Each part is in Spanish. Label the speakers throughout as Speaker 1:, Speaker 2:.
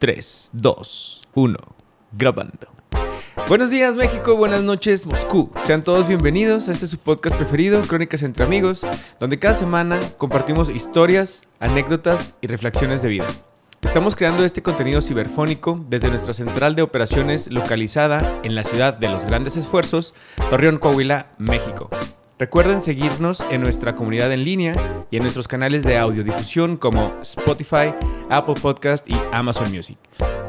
Speaker 1: 3, 2, 1, grabando. Buenos días México, buenas noches Moscú. Sean todos bienvenidos a este su podcast preferido, Crónicas entre Amigos, donde cada semana compartimos historias, anécdotas y reflexiones de vida. Estamos creando este contenido ciberfónico desde nuestra central de operaciones localizada en la ciudad de los grandes esfuerzos, Torreón, Coahuila, México. Recuerden seguirnos en nuestra comunidad en línea y en nuestros canales de audiodifusión como Spotify, Apple Podcast y Amazon Music.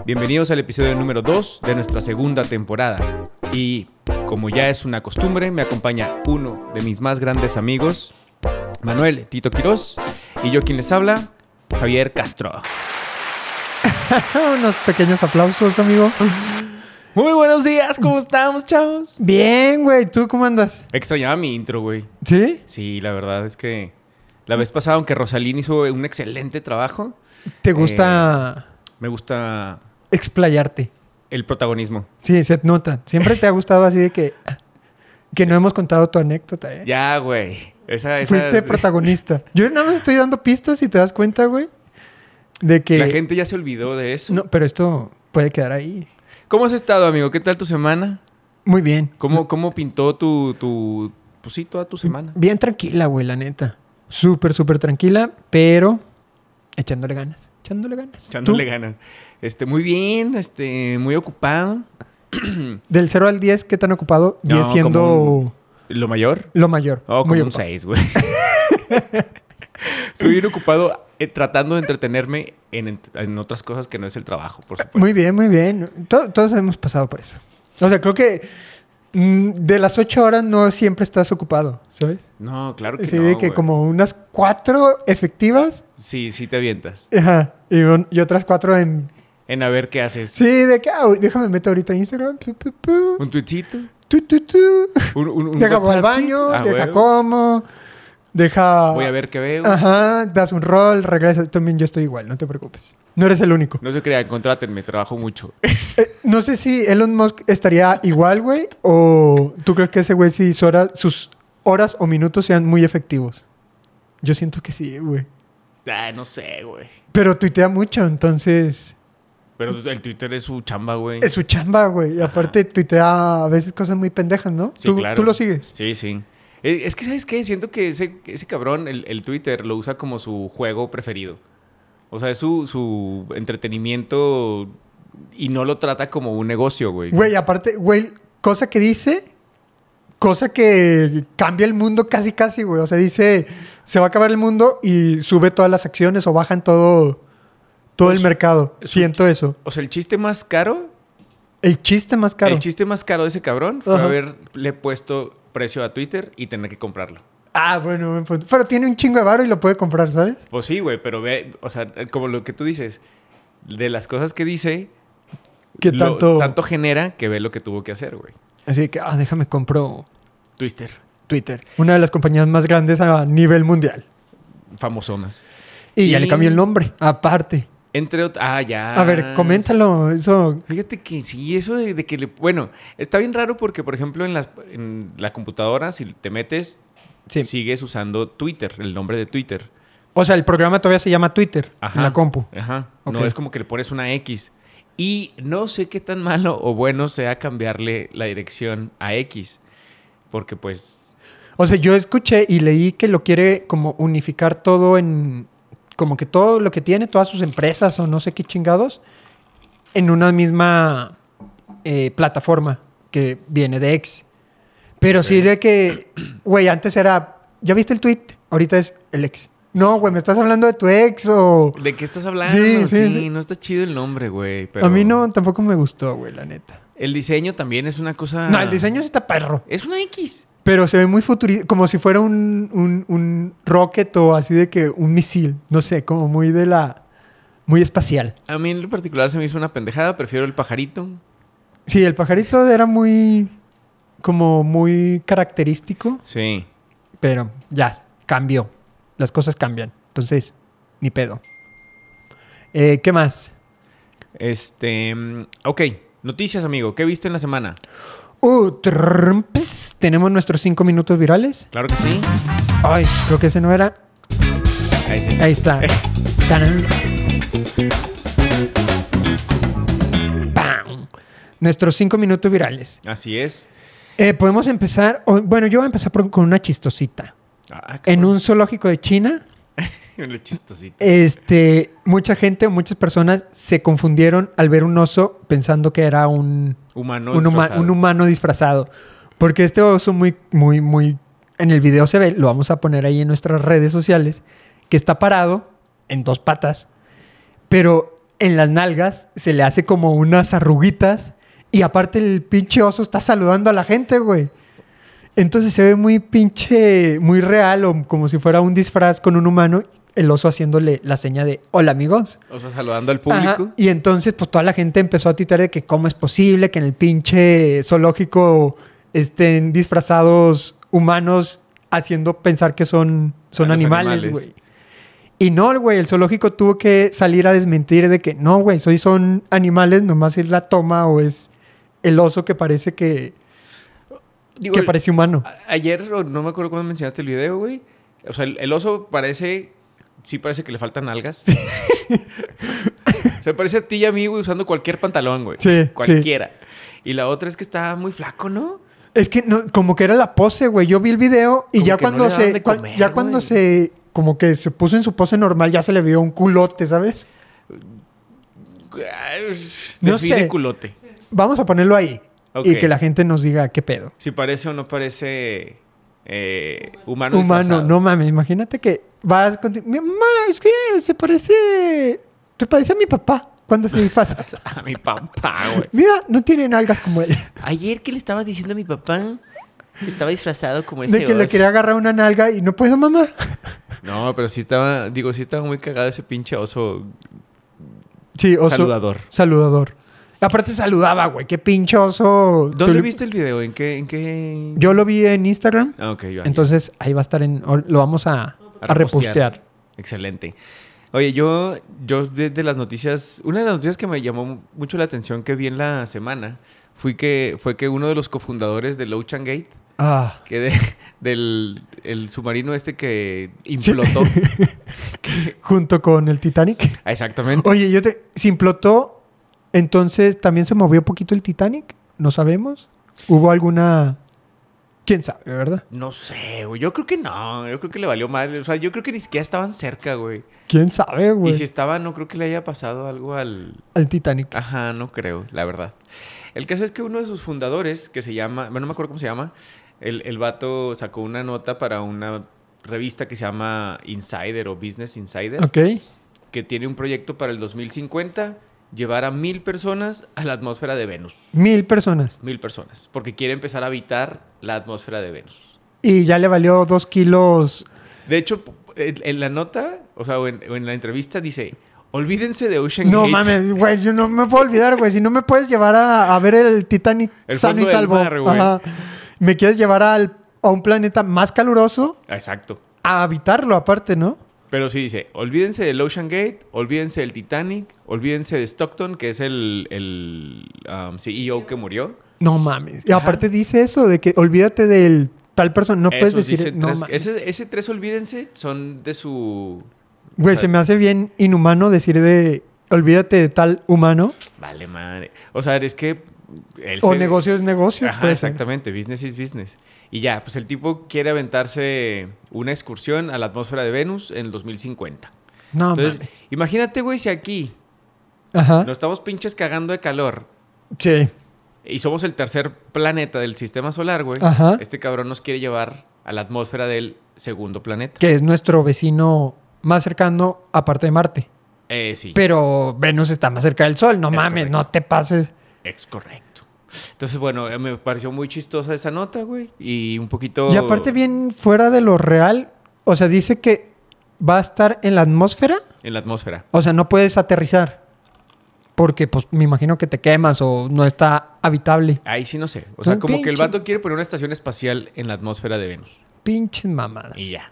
Speaker 1: Bienvenidos al episodio número 2 de nuestra segunda temporada. Y como ya es una costumbre, me acompaña uno de mis más grandes amigos, Manuel Tito Quirós, y yo quien les habla, Javier Castro.
Speaker 2: Ah, Unos pequeños aplausos, amigo.
Speaker 1: Muy buenos días, ¿cómo estamos, chavos?
Speaker 2: Bien, güey. ¿Tú cómo andas?
Speaker 1: Extrañaba mi intro, güey.
Speaker 2: ¿Sí?
Speaker 1: Sí, la verdad es que la vez pasada, aunque Rosalín hizo un excelente trabajo,
Speaker 2: ¿Te gusta
Speaker 1: me gusta
Speaker 2: explayarte?
Speaker 1: el protagonismo.
Speaker 2: Sí, se nota. Siempre te ha gustado así de que... Que no hemos contado tu anécdota, ¿eh?
Speaker 1: Ya, güey. Esa, esa-
Speaker 2: Fuiste protagonista. Yo nada más estoy dando pistas y te das cuenta, güey. De que...
Speaker 1: La gente ya se olvidó de eso.
Speaker 2: No, pero esto puede quedar ahí.
Speaker 1: ¿Cómo has estado, amigo? ¿Qué tal tu semana?
Speaker 2: Muy bien.
Speaker 1: ¿Cómo, cómo pintó tu, tu, pues sí, toda tu semana?
Speaker 2: Bien tranquila, güey, la neta. Súper, súper tranquila, pero... Echándole ganas. Echándole ganas.
Speaker 1: Echándole
Speaker 2: ¿Tú?
Speaker 1: ganas. Este, muy bien, este, muy ocupado.
Speaker 2: Del 0 al 10, ¿qué tan ocupado?
Speaker 1: No,
Speaker 2: 10
Speaker 1: como
Speaker 2: siendo...
Speaker 1: un- ¿Lo mayor?
Speaker 2: Lo mayor.
Speaker 1: Oh, como
Speaker 2: Muy
Speaker 1: un
Speaker 2: ocupado.
Speaker 1: 6, güey. Estoy bien ocupado eh, tratando de entretenerme en, ent- en otras cosas que no es el trabajo, por supuesto.
Speaker 2: Muy bien, muy bien. To- todos hemos pasado por eso. O sea, creo que mm, de las ocho horas no siempre estás ocupado, ¿sabes?
Speaker 1: No, claro que
Speaker 2: Sí,
Speaker 1: no,
Speaker 2: de que
Speaker 1: güey.
Speaker 2: como unas cuatro efectivas
Speaker 1: Sí, sí te avientas.
Speaker 2: ajá, y, un- y otras cuatro en...
Speaker 1: En a ver qué haces.
Speaker 2: Sí, de que, ah, déjame meto ahorita en Instagram. pu, pu, pu,
Speaker 1: Un tuitito.
Speaker 2: tu, tu, tu.
Speaker 1: Un, un, un
Speaker 2: Deja voy al
Speaker 1: WhatsAppcito.
Speaker 2: baño,
Speaker 1: Ah,
Speaker 2: deja
Speaker 1: güey.
Speaker 2: como, deja...
Speaker 1: Voy a ver qué veo.
Speaker 2: Ajá, das un rol, regresas. También yo estoy igual, no te preocupes. No eres el único.
Speaker 1: No se crean, contrátenme, trabajo mucho.
Speaker 2: Eh, no sé si Elon Musk estaría igual, güey, o tú crees que ese güey si sus horas, sus horas o minutos sean muy efectivos. Yo siento que sí, güey.
Speaker 1: Ah, no sé, güey.
Speaker 2: Pero tuitea mucho, entonces
Speaker 1: Pero el Twitter es su chamba, güey.
Speaker 2: es su chamba, güey. Y aparte tuitea a veces cosas muy pendejas, ¿no?
Speaker 1: Sí,
Speaker 2: tú,
Speaker 1: claro.
Speaker 2: tú lo sigues.
Speaker 1: Sí, sí. Eh, Es que, ¿sabes qué? Siento que ese, ese cabrón, el, el Twitter, lo usa como su juego preferido. O sea, es su, su entretenimiento y no lo trata como un negocio, güey.
Speaker 2: Güey, aparte, güey, cosa que dice, cosa que cambia el mundo casi casi, güey. O sea, dice, se va a acabar el mundo y sube todas las acciones o bajan todo, todo el
Speaker 1: Pues,
Speaker 2: mercado.
Speaker 1: es un-
Speaker 2: Siento eso.
Speaker 1: O sea, el chiste más caro,
Speaker 2: El chiste más caro.
Speaker 1: el chiste más caro de ese cabrón fue
Speaker 2: Ajá.
Speaker 1: haberle puesto precio a Twitter y tener que comprarlo.
Speaker 2: Ah, bueno, buen punto. Pero tiene un chingo de varo y lo puede comprar, ¿sabes?
Speaker 1: Pues sí, güey, pero ve, o sea, como lo que tú dices, de las cosas que dice,
Speaker 2: Que
Speaker 1: lo-
Speaker 2: tanto...
Speaker 1: tanto genera que ve lo que tuvo que hacer, güey.
Speaker 2: Así que, ah, déjame compro
Speaker 1: Twister,
Speaker 2: Twitter. Una de las compañías más grandes a nivel mundial.
Speaker 1: famosonas.
Speaker 2: Y, ya
Speaker 1: Y-
Speaker 2: le cambió el nombre, aparte.
Speaker 1: Entre otras. Ah, ya.
Speaker 2: a ver, coméntalo. Eso.
Speaker 1: Fíjate que sí, eso de, de que le. Bueno, está bien raro porque, por ejemplo, en, las, en la computadora, si te metes,
Speaker 2: Sí.
Speaker 1: sigues usando Twitter, el nombre de Twitter.
Speaker 2: O sea, el programa todavía se llama Twitter
Speaker 1: Ajá.
Speaker 2: en la compu.
Speaker 1: Ajá.
Speaker 2: Ok.
Speaker 1: No es como que le pones una X. Y no sé qué tan malo o bueno sea cambiarle la dirección a X. Porque, pues.
Speaker 2: O sea, yo escuché y leí que lo quiere como unificar todo en. Como que todo lo que tiene, todas sus empresas o no sé qué chingados, en una misma eh, plataforma que viene de X. Pero sí de que, güey, antes era. ¿Ya viste el tweet? Ahorita es el ex. No, güey, me estás hablando de tu ex o.
Speaker 1: ¿De qué estás hablando?
Speaker 2: Sí,
Speaker 1: Sí,
Speaker 2: sí, sí.
Speaker 1: no está chido el nombre, güey. pero-
Speaker 2: A mí no, tampoco me gustó, güey, la neta.
Speaker 1: El diseño también es una cosa.
Speaker 2: No, el diseño sí está perro.
Speaker 1: Es una X.
Speaker 2: Pero se ve muy futurista, como si fuera un, un, un rocket o así de que un misil, no sé, como muy de la... muy espacial.
Speaker 1: A mí en lo particular se me hizo una pendejada. Prefiero el pajarito.
Speaker 2: Sí, el pajarito era muy... como muy característico,
Speaker 1: Sí.
Speaker 2: pero ya, cambió. Las cosas cambian. Entonces, ni pedo. Eh, ¿Qué más?
Speaker 1: Este. mm, Ok. Noticias, amigo. ¿Qué viste en la semana?
Speaker 2: Uh, trrrrm, ps, tenemos nuestros cinco minutos virales.
Speaker 1: Claro que sí.
Speaker 2: Ay, creo que ese no era.
Speaker 1: Ahí sí.
Speaker 2: Ahí está. Tarán. Nuestros cinco minutos virales.
Speaker 1: Así es.
Speaker 2: Eh, podemos empezar. o- Bueno, yo voy a empezar por- con una chistosita.
Speaker 1: Ah,
Speaker 2: En un zoológico de China,
Speaker 1: cabrón, lo chistosito.
Speaker 2: este, mucha gente o muchas personas se confundieron al ver un oso pensando que era un,
Speaker 1: Humano.
Speaker 2: un, huma-
Speaker 1: disfrazado.
Speaker 2: un humano disfrazado. Porque este oso muy, muy, muy... En el video se ve, lo vamos a poner ahí en nuestras redes sociales, que está parado en dos patas, pero en las nalgas se le hace como unas arruguitas y aparte el pinche oso está saludando a la gente, güey. Entonces se ve muy pinche, muy real o como si fuera un disfraz con un humano, el oso haciéndole la seña de hola amigos.
Speaker 1: O sea, saludando al
Speaker 2: Ajá,
Speaker 1: público.
Speaker 2: Y entonces, pues toda la gente empezó a tuitear de que cómo es posible que en el pinche zoológico estén disfrazados humanos haciendo pensar que son, son
Speaker 1: A los
Speaker 2: animales,
Speaker 1: animales.
Speaker 2: güey. Y no, güey, el zoológico tuvo que salir a desmentir de que no, güey, soy son animales, nomás es la toma o es el oso que parece que,
Speaker 1: Digo,
Speaker 2: que parece humano.
Speaker 1: a- ayer, o no me acuerdo cuándo mencionaste el video, güey. O sea, el, el oso parece. Sí, parece que le faltan algas. Se parece a ti y a mí, güey, usando cualquier pantalón, güey.
Speaker 2: Sí, sí.
Speaker 1: Cualquiera. Y la otra es que está muy flaco, ¿no?
Speaker 2: Es que no, como que era la pose, güey. Yo vi el video y
Speaker 1: Como
Speaker 2: ya
Speaker 1: que no
Speaker 2: cuando
Speaker 1: le daban
Speaker 2: se.
Speaker 1: de
Speaker 2: cua-
Speaker 1: comer,
Speaker 2: ya cuando
Speaker 1: güey.
Speaker 2: se. Como que se puso en su pose normal, ya se le vio un culote, ¿sabes? No
Speaker 1: Define
Speaker 2: sé.
Speaker 1: culote.
Speaker 2: Vamos a ponerlo ahí.
Speaker 1: Ok.
Speaker 2: Y que la gente nos diga qué pedo.
Speaker 1: Si parece o no parece eh, humano.
Speaker 2: Humano,
Speaker 1: disfrazado.
Speaker 2: no mames. Imagínate que vas con. tu- Mi mamá, es que se parece. Se parece a mi papá cuando se disfraza.
Speaker 1: A mi papá, güey.
Speaker 2: Mira, no tienen algas como él.
Speaker 1: Ayer que le estabas diciendo a mi papá que estaba disfrazado como ese
Speaker 2: De que le
Speaker 1: oso.
Speaker 2: quería agarrar una nalga y no puedo, mamá.
Speaker 1: No, pero sí estaba, digo, sí estaba muy cagado ese pinche oso
Speaker 2: Sí, oso.
Speaker 1: saludador.
Speaker 2: Saludador. Aparte saludaba, güey. Qué pinche oso.
Speaker 1: ¿Dónde
Speaker 2: Tú le-
Speaker 1: viste el video? ¿En qué? ¿En qué?
Speaker 2: Yo lo vi en Instagram.
Speaker 1: Ah, ok, yo.
Speaker 2: Entonces ahí va a estar en. o- Lo vamos a, a repostear.
Speaker 1: Excelente. Oye, yo, yo de, de las noticias, una de las noticias que me llamó mucho la atención que vi en la semana fue que, fue que uno de los cofundadores de Lochan Gate,
Speaker 2: Ah.
Speaker 1: que de- del el submarino este que implotó,
Speaker 2: Junto con el Titanic.
Speaker 1: Ah, exactamente,
Speaker 2: Oye, yo te. Si implotó, entonces también se movió poquito el Titanic. No sabemos. ¿Hubo alguna. Quién sabe, ¿verdad?
Speaker 1: no sé, güey, yo creo que no, yo creo que le valió mal, o sea, yo creo que ni siquiera estaban cerca, güey.
Speaker 2: Quién sabe,
Speaker 1: Y
Speaker 2: güey.
Speaker 1: si estaban, no creo que le haya pasado algo al,
Speaker 2: Al Titanic.
Speaker 1: Ajá, no creo, la verdad. El caso es que uno de sus fundadores, que se llama, bueno, no me acuerdo cómo se llama, el, el vato sacó una nota para una revista que se llama Insider o Business Insider,
Speaker 2: Ok.
Speaker 1: que tiene un proyecto para el 2050, llevar a mil personas a la atmósfera de Venus.
Speaker 2: Mil personas.
Speaker 1: Mil personas, porque quiere empezar a habitar la atmósfera de Venus.
Speaker 2: Y ya le valió dos kilos.
Speaker 1: De hecho, en, en la nota, o sea, o en, o en la entrevista dice, olvídense de Ocean
Speaker 2: No
Speaker 1: Gate".
Speaker 2: mames, güey. Yo no me puedo olvidar, güey. Si no me puedes llevar a, a ver el Titanic
Speaker 1: El
Speaker 2: sano y
Speaker 1: fondo del
Speaker 2: salvo.
Speaker 1: mar, güey.
Speaker 2: Ajá. Me quieres llevar al- a un planeta más caluroso.
Speaker 1: Exacto.
Speaker 2: a habitarlo aparte, ¿no?
Speaker 1: Pero sí dice, olvídense del Ocean Gate, olvídense del Titanic, olvídense de Stockton, que es el, el um, CEO que murió.
Speaker 2: No mames. Y
Speaker 1: Ajá.
Speaker 2: aparte dice eso de que olvídate del tal persona, no puedes
Speaker 1: Esos
Speaker 2: decir,
Speaker 1: dicen
Speaker 2: no
Speaker 1: tres-
Speaker 2: mames.
Speaker 1: ese, ese tres olvídense son de su...
Speaker 2: Güey,
Speaker 1: o sea-
Speaker 2: se me hace bien inhumano decir de olvídate de tal humano
Speaker 1: Vale, madre. O sea, es que... él
Speaker 2: o
Speaker 1: se-
Speaker 2: negocio es negocio.
Speaker 1: Ajá,
Speaker 2: pues,
Speaker 1: exactamente, business is business. Y ya, pues el tipo quiere aventarse una excursión a la atmósfera de Venus en el 2050.
Speaker 2: No
Speaker 1: Entonces,
Speaker 2: mames. ¿Ah?
Speaker 1: imagínate, güey, si aquí
Speaker 2: Ajá.
Speaker 1: nos estamos pinches cagando de calor
Speaker 2: Sí.
Speaker 1: Y somos el tercer planeta del sistema solar, güey.
Speaker 2: Ajá.
Speaker 1: Este cabrón nos quiere llevar a la atmósfera del segundo planeta.
Speaker 2: Que es nuestro vecino más cercano aparte de Marte.
Speaker 1: Eh, sí.
Speaker 2: Pero Venus está más cerca del Sol, no
Speaker 1: Es
Speaker 2: mames,
Speaker 1: correcto.
Speaker 2: no te pases.
Speaker 1: es correcto. Entonces, bueno, eh, me pareció muy chistosa esa nota, güey. Y un poquito.
Speaker 2: Y aparte bien fuera de lo real, o sea, dice que va a estar en la atmósfera
Speaker 1: En la atmósfera.
Speaker 2: O sea, no puedes aterrizar. Porque, pues, me imagino que te quemas o no está habitable.
Speaker 1: Ahí sí no sé. O
Speaker 2: Tú
Speaker 1: sea, como que el
Speaker 2: Pues pinche-
Speaker 1: vato quiere poner una estación espacial en la atmósfera de Venus.
Speaker 2: Pinches mamadas.
Speaker 1: Y ya.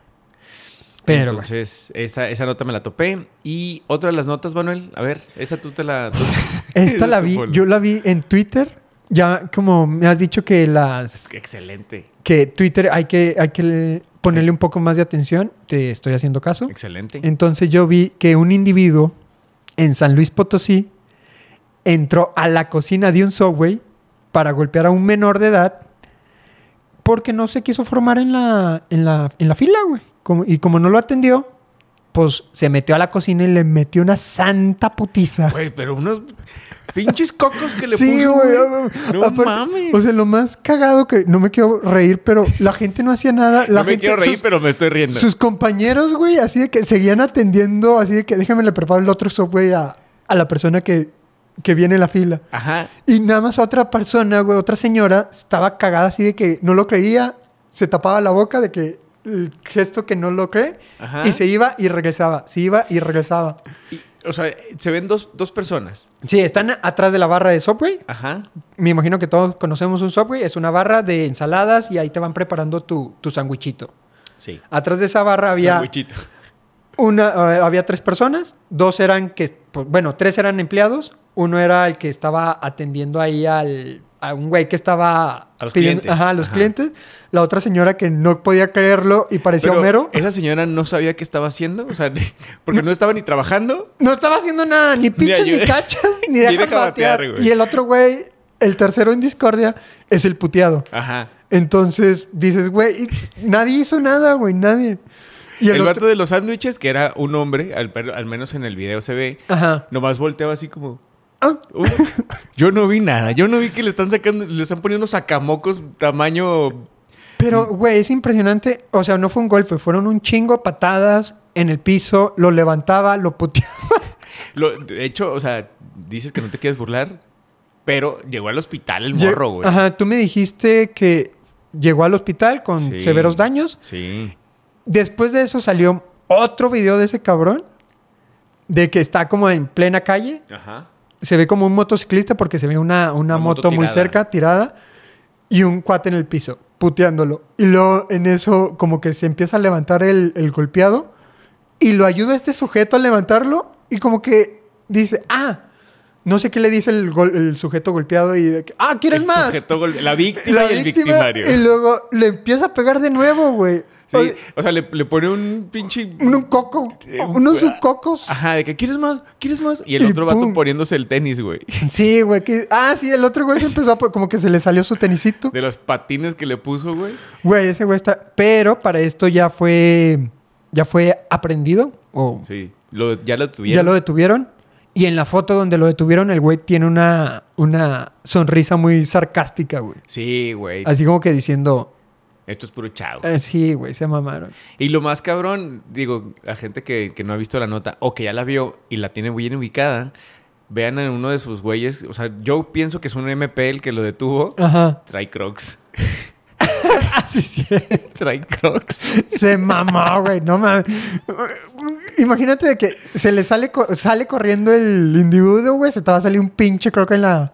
Speaker 2: Pero, bueno.
Speaker 1: Entonces, esa, esa nota me la topé. Y otra de las notas, Manuel. A ver, esa tú te la. tú-
Speaker 2: esta la
Speaker 1: tu
Speaker 2: vi,
Speaker 1: follow.
Speaker 2: yo la vi en Twitter. Ya, como me has dicho que las.
Speaker 1: Excelente.
Speaker 2: Que Twitter hay que, hay que le- ponerle un poco más de atención. Te estoy haciendo caso.
Speaker 1: Excelente.
Speaker 2: Entonces, yo vi que un individuo en San Luis Potosí entró a la cocina de un subway para golpear a un menor de edad porque no se quiso formar en la, en la, en la fila, güey. Como- y como no lo atendió, pues se metió a la cocina y le metió una santa putiza.
Speaker 1: Güey, pero unos pinches cocos que le
Speaker 2: Sí,
Speaker 1: puso,
Speaker 2: güey.
Speaker 1: No
Speaker 2: Aparte,
Speaker 1: mames.
Speaker 2: O sea, lo más cagado que no me quiero reír, pero la gente no hacía nada. La
Speaker 1: no me
Speaker 2: gente-
Speaker 1: quiero reír,
Speaker 2: sus-
Speaker 1: pero me estoy riendo.
Speaker 2: Sus compañeros, güey, así de que seguían atendiendo, así de que déjame le preparo el otro subway a, a la persona que, que viene en la fila.
Speaker 1: Ajá.
Speaker 2: Y nada más otra persona, güey, otra señora, estaba cagada así de que no lo creía, se tapaba la boca de que el gesto que no lo cree,
Speaker 1: Ajá.
Speaker 2: y se iba y regresaba, se iba y regresaba.
Speaker 1: Y, o sea, se ven dos, dos personas.
Speaker 2: Sí, están atrás de la barra de Subway.
Speaker 1: Ajá.
Speaker 2: Me imagino que todos conocemos un Subway. Es una barra de ensaladas y ahí te van preparando tu, tu sandwichito.
Speaker 1: Sí.
Speaker 2: Atrás de esa barra había...
Speaker 1: Sandwichito.
Speaker 2: Una, eh, había tres personas, dos eran que, pues, bueno, tres eran empleados, uno era el que estaba atendiendo ahí al, a un güey que estaba
Speaker 1: A los clientes.
Speaker 2: ajá, a los
Speaker 1: Ajá.
Speaker 2: clientes, la otra señora que no podía creerlo y parecía
Speaker 1: Pero,
Speaker 2: Homero.
Speaker 1: Esa señora no sabía qué estaba haciendo, o sea, porque no estaba ni trabajando.
Speaker 2: No estaba haciendo nada, ni pinches, ni,
Speaker 1: ayuda.
Speaker 2: cachas, ni
Speaker 1: Ni
Speaker 2: dejas
Speaker 1: deja
Speaker 2: batear.
Speaker 1: batear, güey.
Speaker 2: Y el otro güey, el tercero en discordia, es el puteado.
Speaker 1: Ajá.
Speaker 2: Entonces dices, güey, nadie hizo nada, güey, nadie. Y
Speaker 1: El,
Speaker 2: el,
Speaker 1: vato
Speaker 2: otro...
Speaker 1: de los sándwiches, que era un hombre, al, per- al menos en el video se ve,
Speaker 2: Ajá.
Speaker 1: nomás volteaba así como.
Speaker 2: Ah,
Speaker 1: "Uy, yo no vi nada, yo no vi que le están sacando, le están poniendo unos sacamocos tamaño.
Speaker 2: Pero,
Speaker 1: Mm.
Speaker 2: güey, es impresionante. O sea, no fue un golpe, fueron un chingo de patadas en el piso, lo levantaba, lo puteaba.
Speaker 1: Lo, de hecho, o sea, dices que no te quieres burlar, pero llegó al hospital el
Speaker 2: Lle-
Speaker 1: morro, güey.
Speaker 2: Ajá, tú me dijiste que llegó al hospital con
Speaker 1: Sí.
Speaker 2: severos daños.
Speaker 1: Sí.
Speaker 2: Después de eso salió otro video de ese cabrón, de que está como en plena calle.
Speaker 1: Ajá.
Speaker 2: Se ve como un motociclista porque se ve una, una
Speaker 1: Una moto
Speaker 2: moto, muy
Speaker 1: tirada.
Speaker 2: cerca, tirada, y un cuate en el piso, puteándolo. Y luego en eso como que se empieza a levantar el, el golpeado y lo ayuda este sujeto a levantarlo y como que dice, ah, no sé qué le dice el, gol- el sujeto golpeado y de que, ah, ¿quieres
Speaker 1: El
Speaker 2: más?
Speaker 1: sujeto gol- la
Speaker 2: Y
Speaker 1: víctima
Speaker 2: la
Speaker 1: y el
Speaker 2: víctima,
Speaker 1: victimario.
Speaker 2: Y luego le empieza a pegar de nuevo, güey.
Speaker 1: Sí,
Speaker 2: Oye,
Speaker 1: o sea, le, le pone un pinche.
Speaker 2: Un coco,
Speaker 1: Eh, un- Ah.
Speaker 2: unos cocos.
Speaker 1: Ajá, de que quieres más, quieres más. Y el
Speaker 2: Y
Speaker 1: otro vato
Speaker 2: pum.
Speaker 1: poniéndose el tenis, güey.
Speaker 2: Sí, güey. que- Ah, sí, el otro güey se empezó a... po- Como que se le salió su tenisito.
Speaker 1: De los patines que le puso, güey.
Speaker 2: Güey, ese güey está. Pero para esto ya fue. Ya fue aprendido. O
Speaker 1: Sí, lo- ya lo tuvieron.
Speaker 2: ya lo detuvieron. Y en la foto donde lo detuvieron, el güey tiene una, una sonrisa muy sarcástica, güey.
Speaker 1: Sí, güey.
Speaker 2: Así como que diciendo.
Speaker 1: Esto es puro chavo.
Speaker 2: "Eh, sí, güey, se mamaron.
Speaker 1: Y lo más cabrón, digo, la gente que, que no ha visto la nota o que ya la vio y la tiene bien ubicada, vean en uno de sus güeyes. O sea, yo pienso que es un MP el que lo detuvo.
Speaker 2: Ajá.
Speaker 1: Trae crocs.
Speaker 2: Así sí. es.
Speaker 1: Trae crocs.
Speaker 2: Se mamó, güey. No mames. Imagínate de que se le sale, co- sale corriendo el individuo, güey. Se te va a salir un pinche croco en la.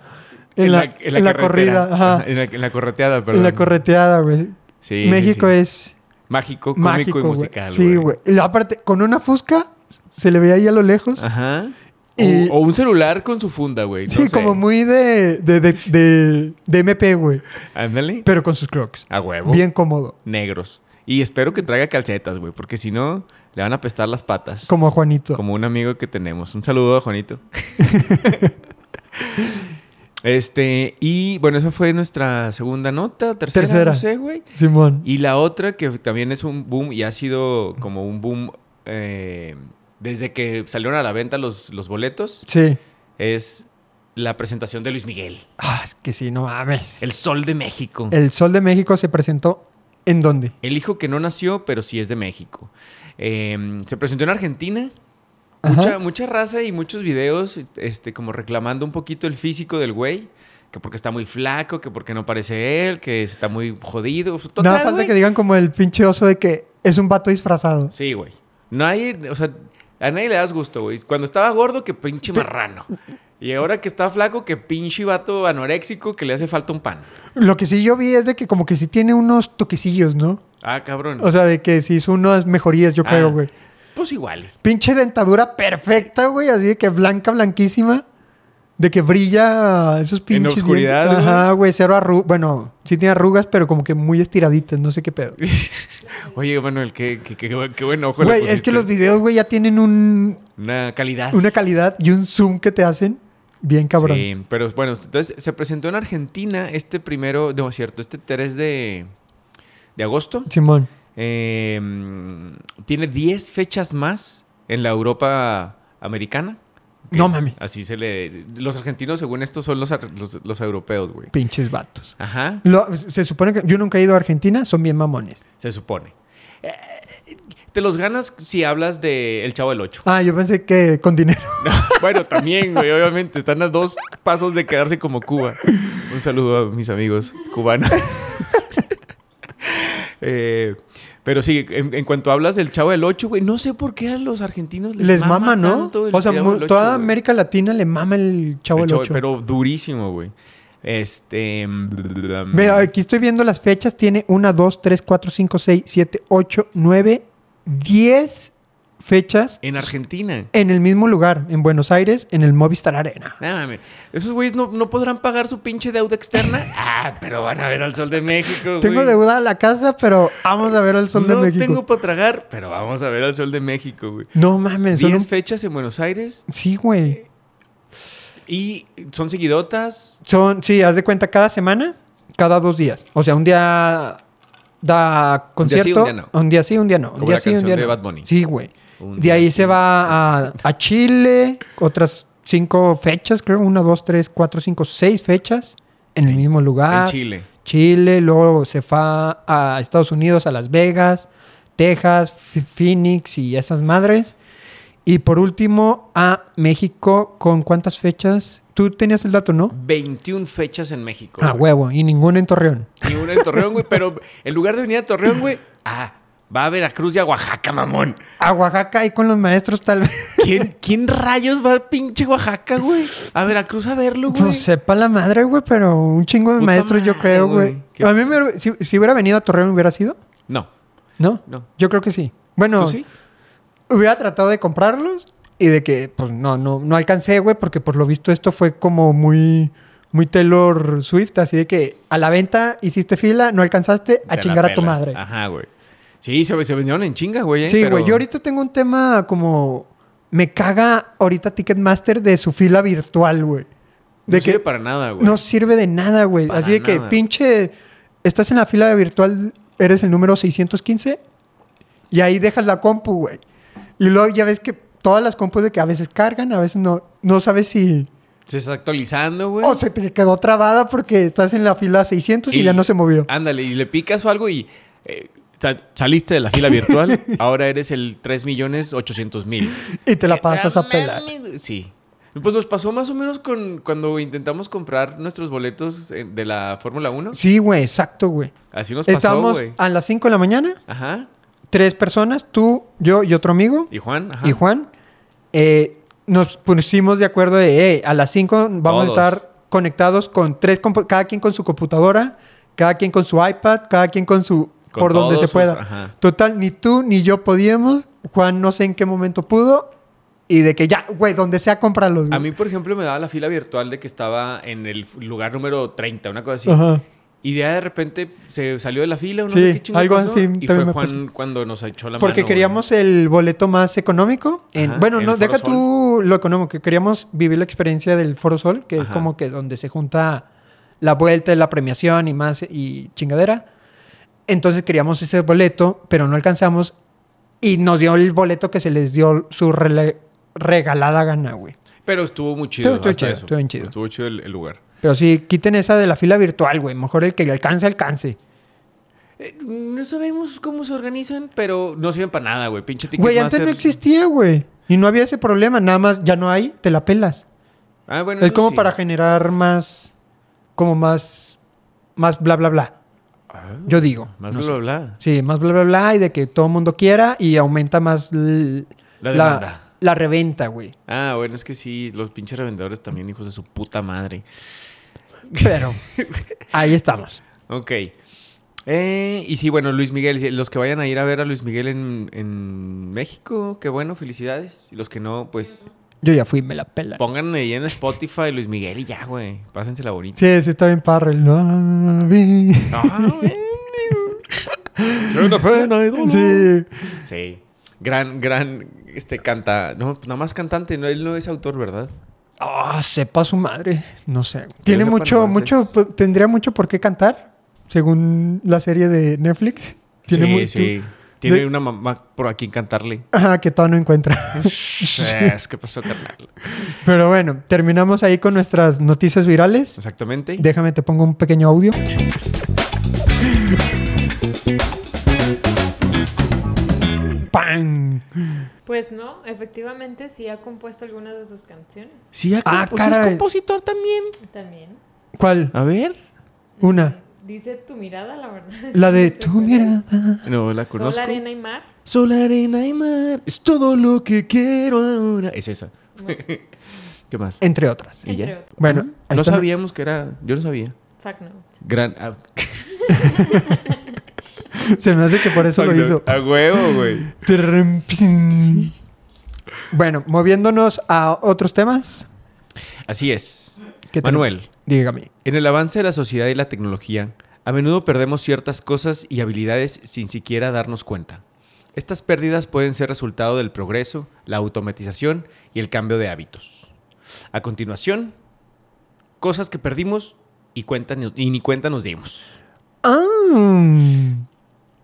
Speaker 2: En, la, en la,
Speaker 1: carretera.
Speaker 2: corrida. Ajá.
Speaker 1: Ajá, En la, en la correteada, perdón.
Speaker 2: En la correteada, güey.
Speaker 1: Sí, sí,
Speaker 2: México
Speaker 1: sí.
Speaker 2: es
Speaker 1: Mágico, cómico
Speaker 2: mágico,
Speaker 1: y
Speaker 2: güey.
Speaker 1: musical,
Speaker 2: Sí, güey. Y luego, aparte, con una fusca se le veía ahí a lo lejos.
Speaker 1: Ajá. O-
Speaker 2: Y-
Speaker 1: O, un celular con su funda, güey. Ah, no
Speaker 2: sí,
Speaker 1: sé.
Speaker 2: como muy de, de, de, de- de MP, güey.
Speaker 1: Ándale.
Speaker 2: Pero con sus crocs.
Speaker 1: A Ah, huevo.
Speaker 2: Bien cómodo.
Speaker 1: Negros. Y espero que traiga calcetas, güey, porque si no, le van a apestar las patas.
Speaker 2: Como a Juanito.
Speaker 1: Como un amigo que tenemos. Un saludo a Juanito. este, y bueno, esa fue nuestra segunda nota, tercera,
Speaker 2: Tercera.
Speaker 1: no sé, güey.
Speaker 2: Simón.
Speaker 1: Y la otra que también es un boom y ha sido como un boom eh, desde que salieron a la venta los, los boletos
Speaker 2: Sí.
Speaker 1: es la presentación de Luis Miguel.
Speaker 2: Ah, es que sí, no mames. El...
Speaker 1: El Sol de México.
Speaker 2: Sol de México se presentó en dónde?
Speaker 1: El hijo que no nació, pero sí es de México. Eh, se presentó en Argentina.
Speaker 2: Ajá.
Speaker 1: Mucha, mucha raza y muchos videos este, como reclamando un poquito el físico del güey. Que porque está muy flaco, que porque no parece él, que está muy jodido. Pues, Total,
Speaker 2: Nada falta
Speaker 1: güey.
Speaker 2: que digan como el pinche oso de que es un vato disfrazado.
Speaker 1: Sí, güey. Nadie, o sea, a nadie le das gusto, güey. Cuando estaba gordo, que pinche marrano. Y ahora que está flaco, que pinche vato anoréxico que le hace falta un pan.
Speaker 2: Lo que sí yo vi es de que como que sí tiene unos toquecillos, ¿no?
Speaker 1: Ah, cabrón.
Speaker 2: O sea, de que sí hizo unas mejorías, yo
Speaker 1: Ah.
Speaker 2: creo, güey.
Speaker 1: pues igual.
Speaker 2: Pinche dentadura perfecta, güey. Así de que blanca, blanquísima. De que brilla esos pinches.
Speaker 1: obscuridad,
Speaker 2: dientes.
Speaker 1: güey.
Speaker 2: Ajá, güey. Cero arrugas. Bueno, sí tiene arrugas, pero como que muy estiraditas. No sé qué pedo.
Speaker 1: Oye, Manuel, qué, qué, qué, buen- qué buen ojo. le
Speaker 2: Güey, es
Speaker 1: pusiste.
Speaker 2: que los videos, güey, ya tienen un,
Speaker 1: Una calidad.
Speaker 2: una calidad y un zoom que te hacen Bien cabrón.
Speaker 1: Sí, pero bueno, entonces se presentó en Argentina este primero, no es cierto, este 3 de, de agosto.
Speaker 2: Simón.
Speaker 1: Eh, mm, tiene 10 fechas más en la Europa americana. que
Speaker 2: No
Speaker 1: es-
Speaker 2: mames.
Speaker 1: Así se le. Los argentinos, según esto, son los, ar- los, los europeos, güey.
Speaker 2: Pinches vatos.
Speaker 1: Ajá,
Speaker 2: Lo- se supone que yo nunca he ido a Argentina, son bien mamones.
Speaker 1: se supone. Eh, Te los ganas si hablas de El Chavo del Ocho.
Speaker 2: Ah, yo pensé que con dinero.
Speaker 1: Bueno, también, güey, obviamente. Están a dos pasos de quedarse como Cuba. Un saludo a mis amigos cubanos. Eh, pero sí, en, en cuanto hablas del Chavo del Ocho, güey, no sé por qué a los argentinos les,
Speaker 2: Les mama, ¿no?
Speaker 1: tanto el
Speaker 2: O sea,
Speaker 1: Chavo
Speaker 2: mu-
Speaker 1: del Ocho,
Speaker 2: toda
Speaker 1: güey.
Speaker 2: América Latina le mama el Chavo
Speaker 1: El
Speaker 2: del
Speaker 1: Chavo-
Speaker 2: Ocho.
Speaker 1: Pero durísimo, güey. Este. mm,
Speaker 2: Mira, aquí estoy viendo las fechas. Tiene 1, 2, 3, 4, 5, 6, 7, 8, 9, 10 fechas
Speaker 1: En Argentina.
Speaker 2: en el mismo lugar, en Buenos Aires, en el Movistar Arena.
Speaker 1: Nah, mames. Esos güeyes no, no podrán pagar su pinche deuda externa. ah, pero van a ver al Sol de México.
Speaker 2: Tengo
Speaker 1: güey.
Speaker 2: deuda a la casa, pero vamos a ver al Sol
Speaker 1: no
Speaker 2: de México.
Speaker 1: tengo para tragar, pero vamos a ver al Sol de México, güey.
Speaker 2: No mames, Eh, son
Speaker 1: 10
Speaker 2: un-
Speaker 1: fechas en Buenos Aires
Speaker 2: Sí, güey.
Speaker 1: y son seguidotas.
Speaker 2: Son, sí, haz de cuenta, cada semana, cada dos días. O sea, un día da concierto.
Speaker 1: sí, un día no.
Speaker 2: Un día sí, un día no. Un
Speaker 1: Como
Speaker 2: día
Speaker 1: la
Speaker 2: sí, un
Speaker 1: canción
Speaker 2: día
Speaker 1: de
Speaker 2: no.
Speaker 1: Bad Bunny.
Speaker 2: Sí, güey.
Speaker 1: Un
Speaker 2: De
Speaker 1: día
Speaker 2: ahí
Speaker 1: sí,
Speaker 2: se
Speaker 1: un
Speaker 2: va a, a Chile, otras cinco fechas, creo. Una, dos, tres, cuatro, cinco, seis fechas en el mismo lugar.
Speaker 1: en Chile.
Speaker 2: Chile, luego se fue a Estados Unidos, a Las Vegas, Texas, F- Phoenix y esas madres. Y por último, a México, ¿con cuántas fechas? Tú tenías el dato, ¿no?
Speaker 1: 21 fechas en México.
Speaker 2: Ah, huevo, y ninguna en Torreón.
Speaker 1: Ni una en Torreón, güey. Pero en lugar de venir a Torreón, güey, ah, va a Veracruz y a Oaxaca, mamón.
Speaker 2: A Oaxaca y con los maestros, tal vez.
Speaker 1: ¿Quién, quién rayos va a pinche Oaxaca, güey? A Veracruz a verlo, güey.
Speaker 2: No sepa la madre, güey, pero un chingo de
Speaker 1: Puta
Speaker 2: maestros, yo
Speaker 1: madre,
Speaker 2: creo,
Speaker 1: güey.
Speaker 2: güey.
Speaker 1: Qué-
Speaker 2: A mí, me hubiera- si, si hubiera venido a Torreón, ¿hubiera sido?
Speaker 1: No.
Speaker 2: ¿No?
Speaker 1: No.
Speaker 2: Yo creo que sí. Bueno,
Speaker 1: ¿Tú sí?
Speaker 2: Hubiera tratado de comprarlos y de que, pues no, no, no alcancé, güey, porque por lo visto esto fue como muy, muy Taylor Swift, así de que a la venta hiciste fila, no alcanzaste a
Speaker 1: Te la
Speaker 2: chingar a tu
Speaker 1: pelas.
Speaker 2: madre.
Speaker 1: Ajá, güey. Sí, se, se vendieron en chinga, güey. eh,
Speaker 2: sí,
Speaker 1: pero-
Speaker 2: güey, yo ahorita tengo un tema como me caga ahorita Ticketmaster de su fila virtual, güey.
Speaker 1: No
Speaker 2: De
Speaker 1: sirve
Speaker 2: que
Speaker 1: para nada, güey.
Speaker 2: no sirve de nada, güey.
Speaker 1: Para
Speaker 2: Así de que
Speaker 1: nada.
Speaker 2: pinche estás en la fila de virtual, eres el número 615 y ahí dejas la compu, güey. Y luego ya ves que todas las compus de que a veces cargan, a veces no, no sabes si
Speaker 1: Se está actualizando, güey.
Speaker 2: o se te quedó trabada porque estás en la fila 600 y, Pues ya no se movió.
Speaker 1: Ándale, y le picas o algo y eh, sa- saliste de la fila virtual. ahora eres el 3 millones 800 mil.
Speaker 2: Y te la pasas a
Speaker 1: Ah,
Speaker 2: pelar.
Speaker 1: mames, Sí. Pues nos pasó más o menos con cuando intentamos comprar nuestros boletos eh, de la Fórmula 1.
Speaker 2: Sí, güey, exacto, güey.
Speaker 1: Así nos pasó,
Speaker 2: Estábamos
Speaker 1: güey.
Speaker 2: a las 5 de la mañana,
Speaker 1: Ajá.
Speaker 2: tres personas, tú, yo y otro amigo.
Speaker 1: Y Juan, ajá.
Speaker 2: y Juan, eh, nos pusimos de acuerdo de, "Ey, a las 5 vamos
Speaker 1: Todos.
Speaker 2: a estar conectados con tres, compu- cada quien con su computadora, cada quien con su iPad, cada quien con su,
Speaker 1: Con
Speaker 2: por donde
Speaker 1: todos
Speaker 2: se
Speaker 1: sus-
Speaker 2: pueda.
Speaker 1: ajá.
Speaker 2: Total, ni tú ni yo podíamos, Juan no sé en qué momento pudo, y de que ya, güey, donde sea, cómpralos.
Speaker 1: A
Speaker 2: güey".
Speaker 1: mí, por ejemplo, me daba la fila virtual de que estaba en el f- lugar número 30, una cosa así.
Speaker 2: Ajá.
Speaker 1: Y ya de repente se salió de la fila, no
Speaker 2: Sí,
Speaker 1: sé qué chingados
Speaker 2: algo
Speaker 1: pasó,
Speaker 2: así
Speaker 1: Y
Speaker 2: también
Speaker 1: fue
Speaker 2: me
Speaker 1: Juan cuando nos echó la mano.
Speaker 2: Porque
Speaker 1: güey.
Speaker 2: queríamos el boleto más económico. en-
Speaker 1: Ajá,
Speaker 2: bueno,
Speaker 1: el
Speaker 2: no,
Speaker 1: Foro
Speaker 2: deja
Speaker 1: Sol.
Speaker 2: tú lo económico. que Queríamos vivir la experiencia del Foro Sol, que es
Speaker 1: Ajá.
Speaker 2: como que donde se junta la vuelta, la premiación y más y chingadera. Entonces queríamos ese boleto, pero no alcanzamos. Y nos dio el boleto que se les dio su rele- regalada gana, güey.
Speaker 1: Pero estuvo muy chido.
Speaker 2: Estuvo- estuvo
Speaker 1: hasta
Speaker 2: chido,
Speaker 1: eso.
Speaker 2: estuvo bien chido.
Speaker 1: Estuvo chido el, el lugar.
Speaker 2: Pero sí, quiten esa de la fila virtual, güey. Mejor el que le alcance, alcance.
Speaker 1: Eh, no sabemos cómo se organizan, pero no sirven para nada, güey. Pinche ticket.
Speaker 2: Güey, antes no existía, güey. Y no había ese problema. Nada más, ya no hay, te la pelas.
Speaker 1: Ah, bueno,
Speaker 2: Es
Speaker 1: eso
Speaker 2: como
Speaker 1: sí.
Speaker 2: para generar más. Como más. Más bla, bla, bla.
Speaker 1: Ah,
Speaker 2: Yo digo.
Speaker 1: más
Speaker 2: no
Speaker 1: bla,
Speaker 2: sé.
Speaker 1: bla, bla.
Speaker 2: Sí, más bla, bla, bla. Y de que todo el mundo quiera y aumenta más. l-
Speaker 1: La
Speaker 2: la,
Speaker 1: demanda.
Speaker 2: la reventa, güey.
Speaker 1: Ah, bueno, es que sí, los pinches revendedores también, hijos de su puta madre.
Speaker 2: Pero. ahí estamos.
Speaker 1: Ok. Eh, y sí, bueno, Luis Miguel, los que vayan a ir a ver a Luis Miguel en, en México, qué bueno, felicidades. Y los que no, pues
Speaker 2: Yo ya fui, me la pela.
Speaker 1: pónganle ahí en Spotify Luis Miguel y ya, güey. Pásensela bonita.
Speaker 2: Sí, sí, está bien parro el Navi.
Speaker 1: Ah, güey. Es una pena y dolor.
Speaker 2: Sí.
Speaker 1: Sí. Gran, gran, este, canta... No, pues nada más cantante, no, él no es autor, ¿verdad?
Speaker 2: Ah, sepa su madre. No sé. Tiene
Speaker 1: sepa,
Speaker 2: mucho,
Speaker 1: nomás
Speaker 2: mucho,
Speaker 1: es-
Speaker 2: pues, tendría mucho por qué cantar, según la serie de Netflix. Tiene
Speaker 1: sí,
Speaker 2: mu-
Speaker 1: sí. Tiene
Speaker 2: de-
Speaker 1: una mamá por aquí encantarle.
Speaker 2: Ajá, que todavía no encuentra.
Speaker 1: Es que pasó, carnal.
Speaker 2: Pero bueno, terminamos ahí con nuestras noticias virales.
Speaker 1: Exactamente.
Speaker 2: Déjame, te pongo un pequeño audio. ¡Pam!
Speaker 3: Pues no, efectivamente sí ha compuesto algunas de sus canciones
Speaker 1: Sí, ya
Speaker 2: Ah,
Speaker 1: compu- sí es
Speaker 2: caray.
Speaker 1: compositor también.
Speaker 3: también.
Speaker 2: ¿Cuál?
Speaker 1: A ver.
Speaker 2: Una.
Speaker 3: Dice tu mirada, la verdad. es
Speaker 2: La
Speaker 3: que
Speaker 2: de
Speaker 3: no sé
Speaker 2: tu
Speaker 3: cuál es.
Speaker 2: mirada.
Speaker 1: No, la
Speaker 3: Sol,
Speaker 1: conozco.
Speaker 3: arena y mar.
Speaker 1: Sol, arena y mar. Es todo lo que quiero ahora. Es esa. ¿Qué más?
Speaker 2: Entre otras.
Speaker 1: ¿Y ya?
Speaker 3: Entre otros.
Speaker 2: Bueno, ahí
Speaker 1: No
Speaker 2: está.
Speaker 1: sabíamos que era. Yo no sabía.
Speaker 3: Fuck no.
Speaker 1: Gran. ah,
Speaker 2: Se me hace que por eso lo
Speaker 1: Magno-
Speaker 2: hizo.
Speaker 1: A huevo, güey.
Speaker 2: Terrem, psin. Bueno, moviéndonos a otros temas.
Speaker 1: Así es.
Speaker 2: ¿Qué tenemos?
Speaker 1: Manuel,
Speaker 2: Dígame.
Speaker 1: en el avance de la sociedad y la tecnología, a menudo perdemos ciertas cosas y habilidades sin siquiera darnos cuenta. Estas pérdidas pueden ser resultado del progreso, la automatización y el cambio de hábitos. A continuación, cosas que perdimos y, cuenta ni- y ni cuenta nos dimos.
Speaker 2: Ah,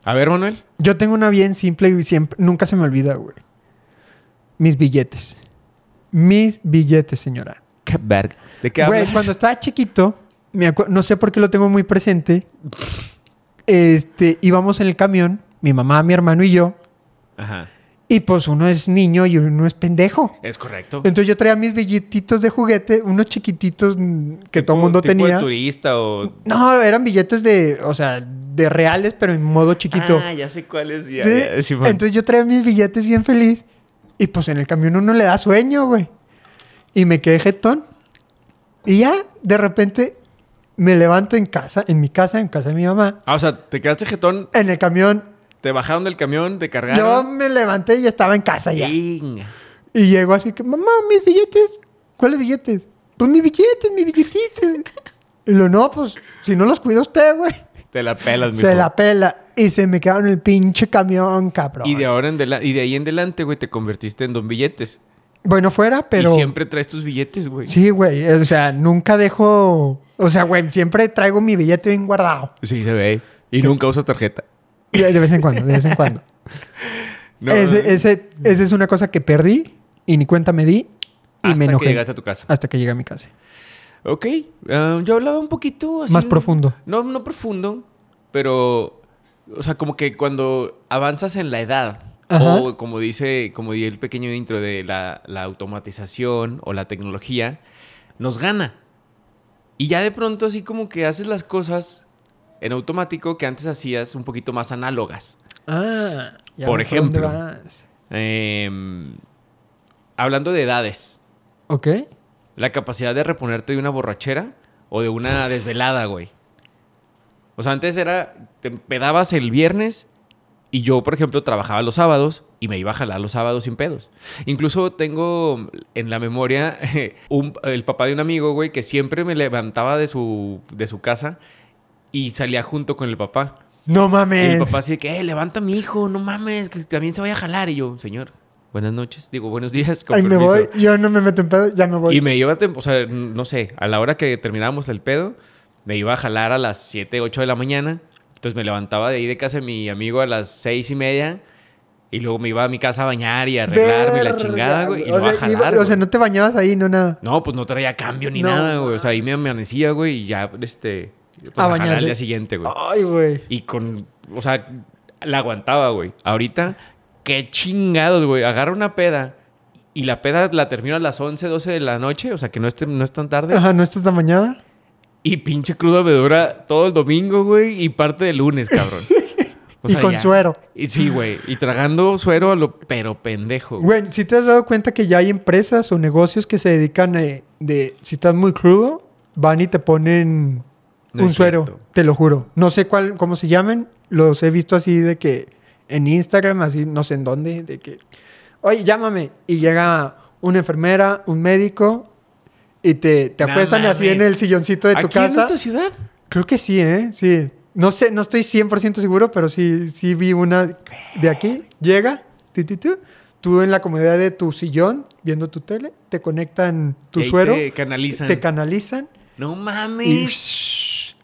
Speaker 1: A ver, Manuel.
Speaker 2: yo tengo una bien simple y siempre, nunca se me olvida, güey. Mis billetes. Mis billetes, señora.
Speaker 1: Qué verga. ¿De qué
Speaker 2: Güey,
Speaker 1: hablas?
Speaker 2: cuando estaba chiquito, me acu- no sé por qué lo tengo muy presente. Este, íbamos en el camión, mi mamá, mi hermano y yo.
Speaker 1: Ajá.
Speaker 2: Y pues uno es niño y uno es pendejo.
Speaker 1: Es correcto.
Speaker 2: Entonces yo traía mis billetitos de juguete, unos chiquititos mm, que todo el mundo
Speaker 1: Tipo de
Speaker 2: tenía.
Speaker 1: turista o
Speaker 2: No, eran billetes de, o sea, de reales, pero en modo chiquito.
Speaker 1: Ah, ya sé cuál es. Ya,
Speaker 2: ¿Sí?
Speaker 1: ya, Simón.
Speaker 2: Entonces yo traía mis billetes bien feliz. Y pues en el camión uno le da sueño, güey. Y me quedé jetón. Y ya, de repente, me levanto en casa, en mi casa, en casa de mi mamá.
Speaker 1: Ah, o sea, te quedaste jetón,
Speaker 2: En el camión.
Speaker 1: te bajaron del camión, te
Speaker 2: Yo
Speaker 1: cargaron.
Speaker 2: me levanté y ya estaba en casa ya.
Speaker 1: Inga.
Speaker 2: Y llego así que, mamá, mis billetes. ¿Cuáles billetes? Pues mis billetes, mis billetitos. Y lo no, pues si no los cuida usted, güey.
Speaker 1: Te la pelas, mijo.
Speaker 2: Se la pela. Y se me quedaron en el pinche camión, cabrón.
Speaker 1: y de ahora en dela- y de ahí en adelante, güey, te convertiste en don billetes.
Speaker 2: Bueno, fuera, pero.
Speaker 1: Y siempre traes tus billetes, güey.
Speaker 2: Sí, güey. eh, O sea, nunca dejo. O sea, güey, siempre traigo mi billete bien guardado.
Speaker 1: Sí, se ve. Y
Speaker 2: Sí.
Speaker 1: nunca usas tarjeta.
Speaker 2: Y De vez en cuando, de vez en cuando.
Speaker 1: No,
Speaker 2: ese, ese- esa es una cosa que perdí y ni cuenta me di y
Speaker 1: hasta
Speaker 2: me enojé.
Speaker 1: que llegaste a tu casa.
Speaker 2: Hasta que llegué a mi casa.
Speaker 1: Ok. ah, yo hablaba un poquito así.
Speaker 2: Más profundo.
Speaker 1: No, no profundo, pero. O sea, como que cuando avanzas en la edad,
Speaker 2: Ajá.
Speaker 1: o como dice, como di el pequeño intro de la, la automatización o la tecnología, nos gana. Y ya de pronto, así como que haces las cosas en automático que antes hacías un poquito más análogas.
Speaker 2: Ah,
Speaker 1: ya Por veo por dónde ejemplo. Em, hablando de edades,
Speaker 2: Ok.
Speaker 1: la capacidad de reponerte de una borrachera o de una desvelada, güey. O sea, antes era, te pedabas el viernes y yo, por ejemplo, trabajaba los sábados y me iba a jalar los sábados sin pedos. Incluso tengo en la memoria un- el papá de un amigo, güey, que siempre me levantaba de su, de su casa y salía junto con el papá.
Speaker 2: No
Speaker 1: Y
Speaker 2: mames.
Speaker 1: el papá así de que, eh, levanta a mi hijo, no mames, que también se vaya a jalar. Y yo, señor, buenas noches, digo, buenos días, con
Speaker 2: Ay, me
Speaker 1: permiso".
Speaker 2: voy. Yo no me meto en pedo, ya me voy.
Speaker 1: Y me iba, a tem- o sea, no sé, a la hora que terminábamos el pedo, me iba a jalar a las 7, 8 de la mañana. Entonces me levantaba de ahí de casa de mi amigo a las 6 y media. Y luego me iba a mi casa a bañar y a arreglarme y la
Speaker 2: Verga,
Speaker 1: chingada, güey. Y
Speaker 2: o
Speaker 1: lo iba a
Speaker 2: sea,
Speaker 1: jalar.
Speaker 2: iba- o sea,
Speaker 1: güey.
Speaker 2: no te bañabas ahí, no nada.
Speaker 1: no... pues no traía cambio ni
Speaker 2: No,
Speaker 1: nada, güey. O sea, ahí me amanecía, güey, y ya, este. Pues, a
Speaker 2: A
Speaker 1: jalar al
Speaker 2: bañarse.
Speaker 1: día siguiente, güey.
Speaker 2: Ay, güey.
Speaker 1: Y con. O sea, la aguantaba, güey. Ahorita, qué chingados, güey. Agarra una peda y la peda la termino a las 11, 12 de la noche. O sea, que no, esté, no es tan tarde.
Speaker 2: Ajá, ¿no estás tan bañada?
Speaker 1: Y pinche cruda me dura todo el domingo, güey, y parte del lunes, cabrón. O
Speaker 2: Y con suero.
Speaker 1: Y sí, güey. Y tragando suero a lo pero pendejo. güey.
Speaker 2: Güey, si te has dado cuenta que ya hay empresas o negocios que se dedican eh, de, si estás muy crudo, van y te ponen
Speaker 1: No
Speaker 2: un
Speaker 1: es
Speaker 2: suero,
Speaker 1: cierto.
Speaker 2: te lo juro. No sé cuál, cómo se llamen, los he visto así de que en Instagram, así no sé en dónde, de que, oye, llámame. Y llega una enfermera, un médico, y te, te
Speaker 1: No
Speaker 2: acuestan así en
Speaker 1: mames.
Speaker 2: el silloncito de tu
Speaker 1: ¿Aquí en
Speaker 2: casa.
Speaker 1: esta ciudad?
Speaker 2: Creo que sí, ¿eh? Sí. No sé, no estoy 100% seguro, pero sí, sí vi una de aquí. Llega, ti, ti, tu, Tú en la comodidad de tu sillón, viendo tu tele, te conectan tu
Speaker 1: Y ahí
Speaker 2: suero,
Speaker 1: Te canalizan.
Speaker 2: te canalizan
Speaker 1: no
Speaker 2: y
Speaker 1: mames.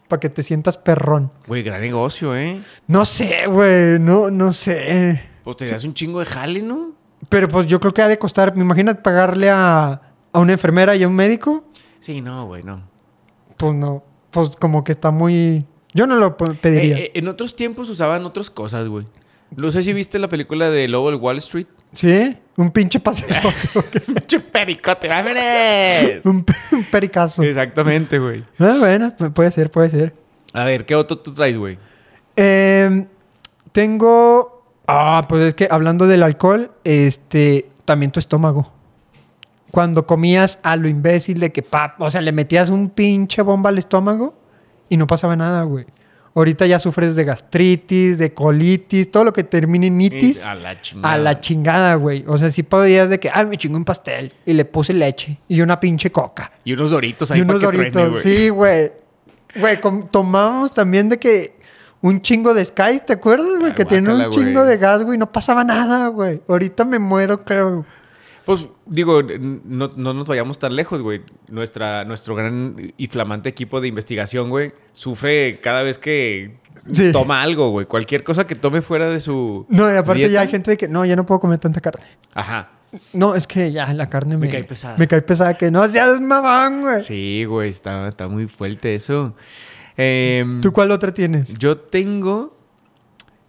Speaker 2: para que te sientas perrón.
Speaker 1: Güey, gran negocio, ¿eh?
Speaker 2: No sé, güey, no, no sé.
Speaker 1: Pues te das un chingo de jale, ¿no?
Speaker 2: Pero pues yo creo que ha de costar, me imagino pagarle a, a una enfermera y a un médico,
Speaker 1: Sí, no, güey, no.
Speaker 2: pues no, pues como que está muy... Yo no lo po- pediría.
Speaker 1: Eh, eh, en otros tiempos usaban otras cosas, güey. No sé si viste la película de Lobo de Wall Street.
Speaker 2: ¿Sí? Un pinche paseo,
Speaker 1: ¡Pinche pericote, vámonos!
Speaker 2: un, pe- un pericazo.
Speaker 1: Exactamente, güey.
Speaker 2: Ah, bueno, pu- puede ser, puede ser.
Speaker 1: A ver, ¿qué otro tú traes, güey?
Speaker 2: Eh, tengo. Ah, pues es que hablando del alcohol, este, también tu estómago. Cuando comías a lo imbécil de que pap, o sea, le metías un pinche bomba al estómago y no pasaba nada, güey. Ahorita ya sufres de gastritis, de colitis, todo lo que termine en itis.
Speaker 1: A la chingada.
Speaker 2: A la chingada, güey. O sea, sí podías de que, ay, me chingó un pastel y le puse leche y una pinche coca
Speaker 1: Y unos doritos ahí
Speaker 2: y unos
Speaker 1: para que
Speaker 2: doritos.
Speaker 1: truene, güey.
Speaker 2: sí, güey. Güey, com- tomábamos también de que un chingo de Sky, ¿te acuerdas, güey?
Speaker 1: Ah,
Speaker 2: que tenía
Speaker 1: guácala,
Speaker 2: un chingo
Speaker 1: güey.
Speaker 2: de gas, güey. No pasaba nada, güey. Ahorita me muero, creo.
Speaker 1: Pues digo, n- no, no nos vayamos tan lejos, güey. Nuestra, nuestro gran y flamante equipo de investigación, güey, sufre cada vez que
Speaker 2: Sí.
Speaker 1: toma algo, güey. Cualquier cosa que tome fuera de su.
Speaker 2: No, y aparte ya
Speaker 1: dieta.
Speaker 2: hay gente de que, no, ya no puedo comer tanta carne.
Speaker 1: Ajá.
Speaker 2: No, es que ya la carne me,
Speaker 1: Me cae pesada.
Speaker 2: Me cae pesada, que no seas mamán, güey.
Speaker 1: Sí, güey, está, está muy fuerte eso. Em,
Speaker 2: ¿Tú cuál otra tienes?
Speaker 1: Yo tengo.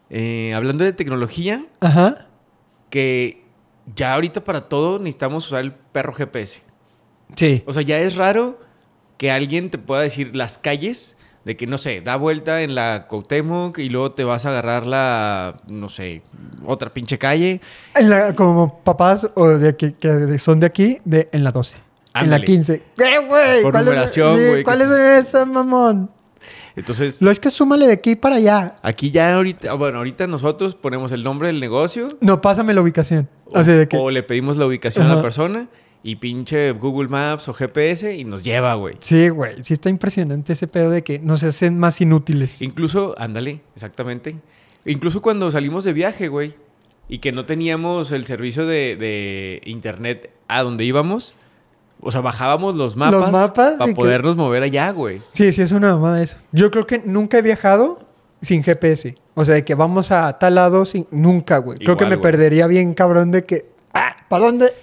Speaker 1: eh, hablando de tecnología,
Speaker 2: Ajá.
Speaker 1: que ya ahorita para todo necesitamos usar el perro GPS.
Speaker 2: Sí.
Speaker 1: O sea, ya es raro que alguien te pueda decir las calles de que, no sé, da vuelta en la Cuauhtémoc y luego te vas a agarrar la, no sé, otra pinche calle.
Speaker 2: En la- como papás o de que, que son de aquí, de en la 12. En
Speaker 1: Ándale.
Speaker 2: la 15. ¿Qué, güey?
Speaker 1: Por
Speaker 2: ¿Cuál es-
Speaker 1: numeración,
Speaker 2: sí,
Speaker 1: güey, que
Speaker 2: ¿Cuál es
Speaker 1: se-
Speaker 2: esa, mamón?
Speaker 1: Entonces,
Speaker 2: Lo es que súmale de aquí para allá.
Speaker 1: aquí ya ahorita, bueno, ahorita nosotros ponemos el nombre del negocio
Speaker 2: No, pásame la ubicación.
Speaker 1: o,
Speaker 2: O sea, de que.
Speaker 1: o le pedimos la ubicación a la
Speaker 2: Ajá.
Speaker 1: persona y pinche Google Maps o GPS y nos lleva, güey.
Speaker 2: Sí, güey. Sí está impresionante ese pedo de que nos hacen más inútiles.
Speaker 1: Incluso, ándale, exactamente. Incluso cuando salimos de viaje, güey, y que no teníamos el servicio de, de internet a donde íbamos, o sea, bajábamos los mapas,
Speaker 2: mapas y
Speaker 1: para
Speaker 2: que-
Speaker 1: podernos mover allá, güey.
Speaker 2: Sí, sí, es una mamada eso. Yo creo que nunca he viajado sin GPS. O sea, de que vamos a tal lado sin. Nunca, güey. Creo
Speaker 1: Igual,
Speaker 2: que me
Speaker 1: güey.
Speaker 2: perdería bien, cabrón, de que. ¡Ah! ¿Para dónde?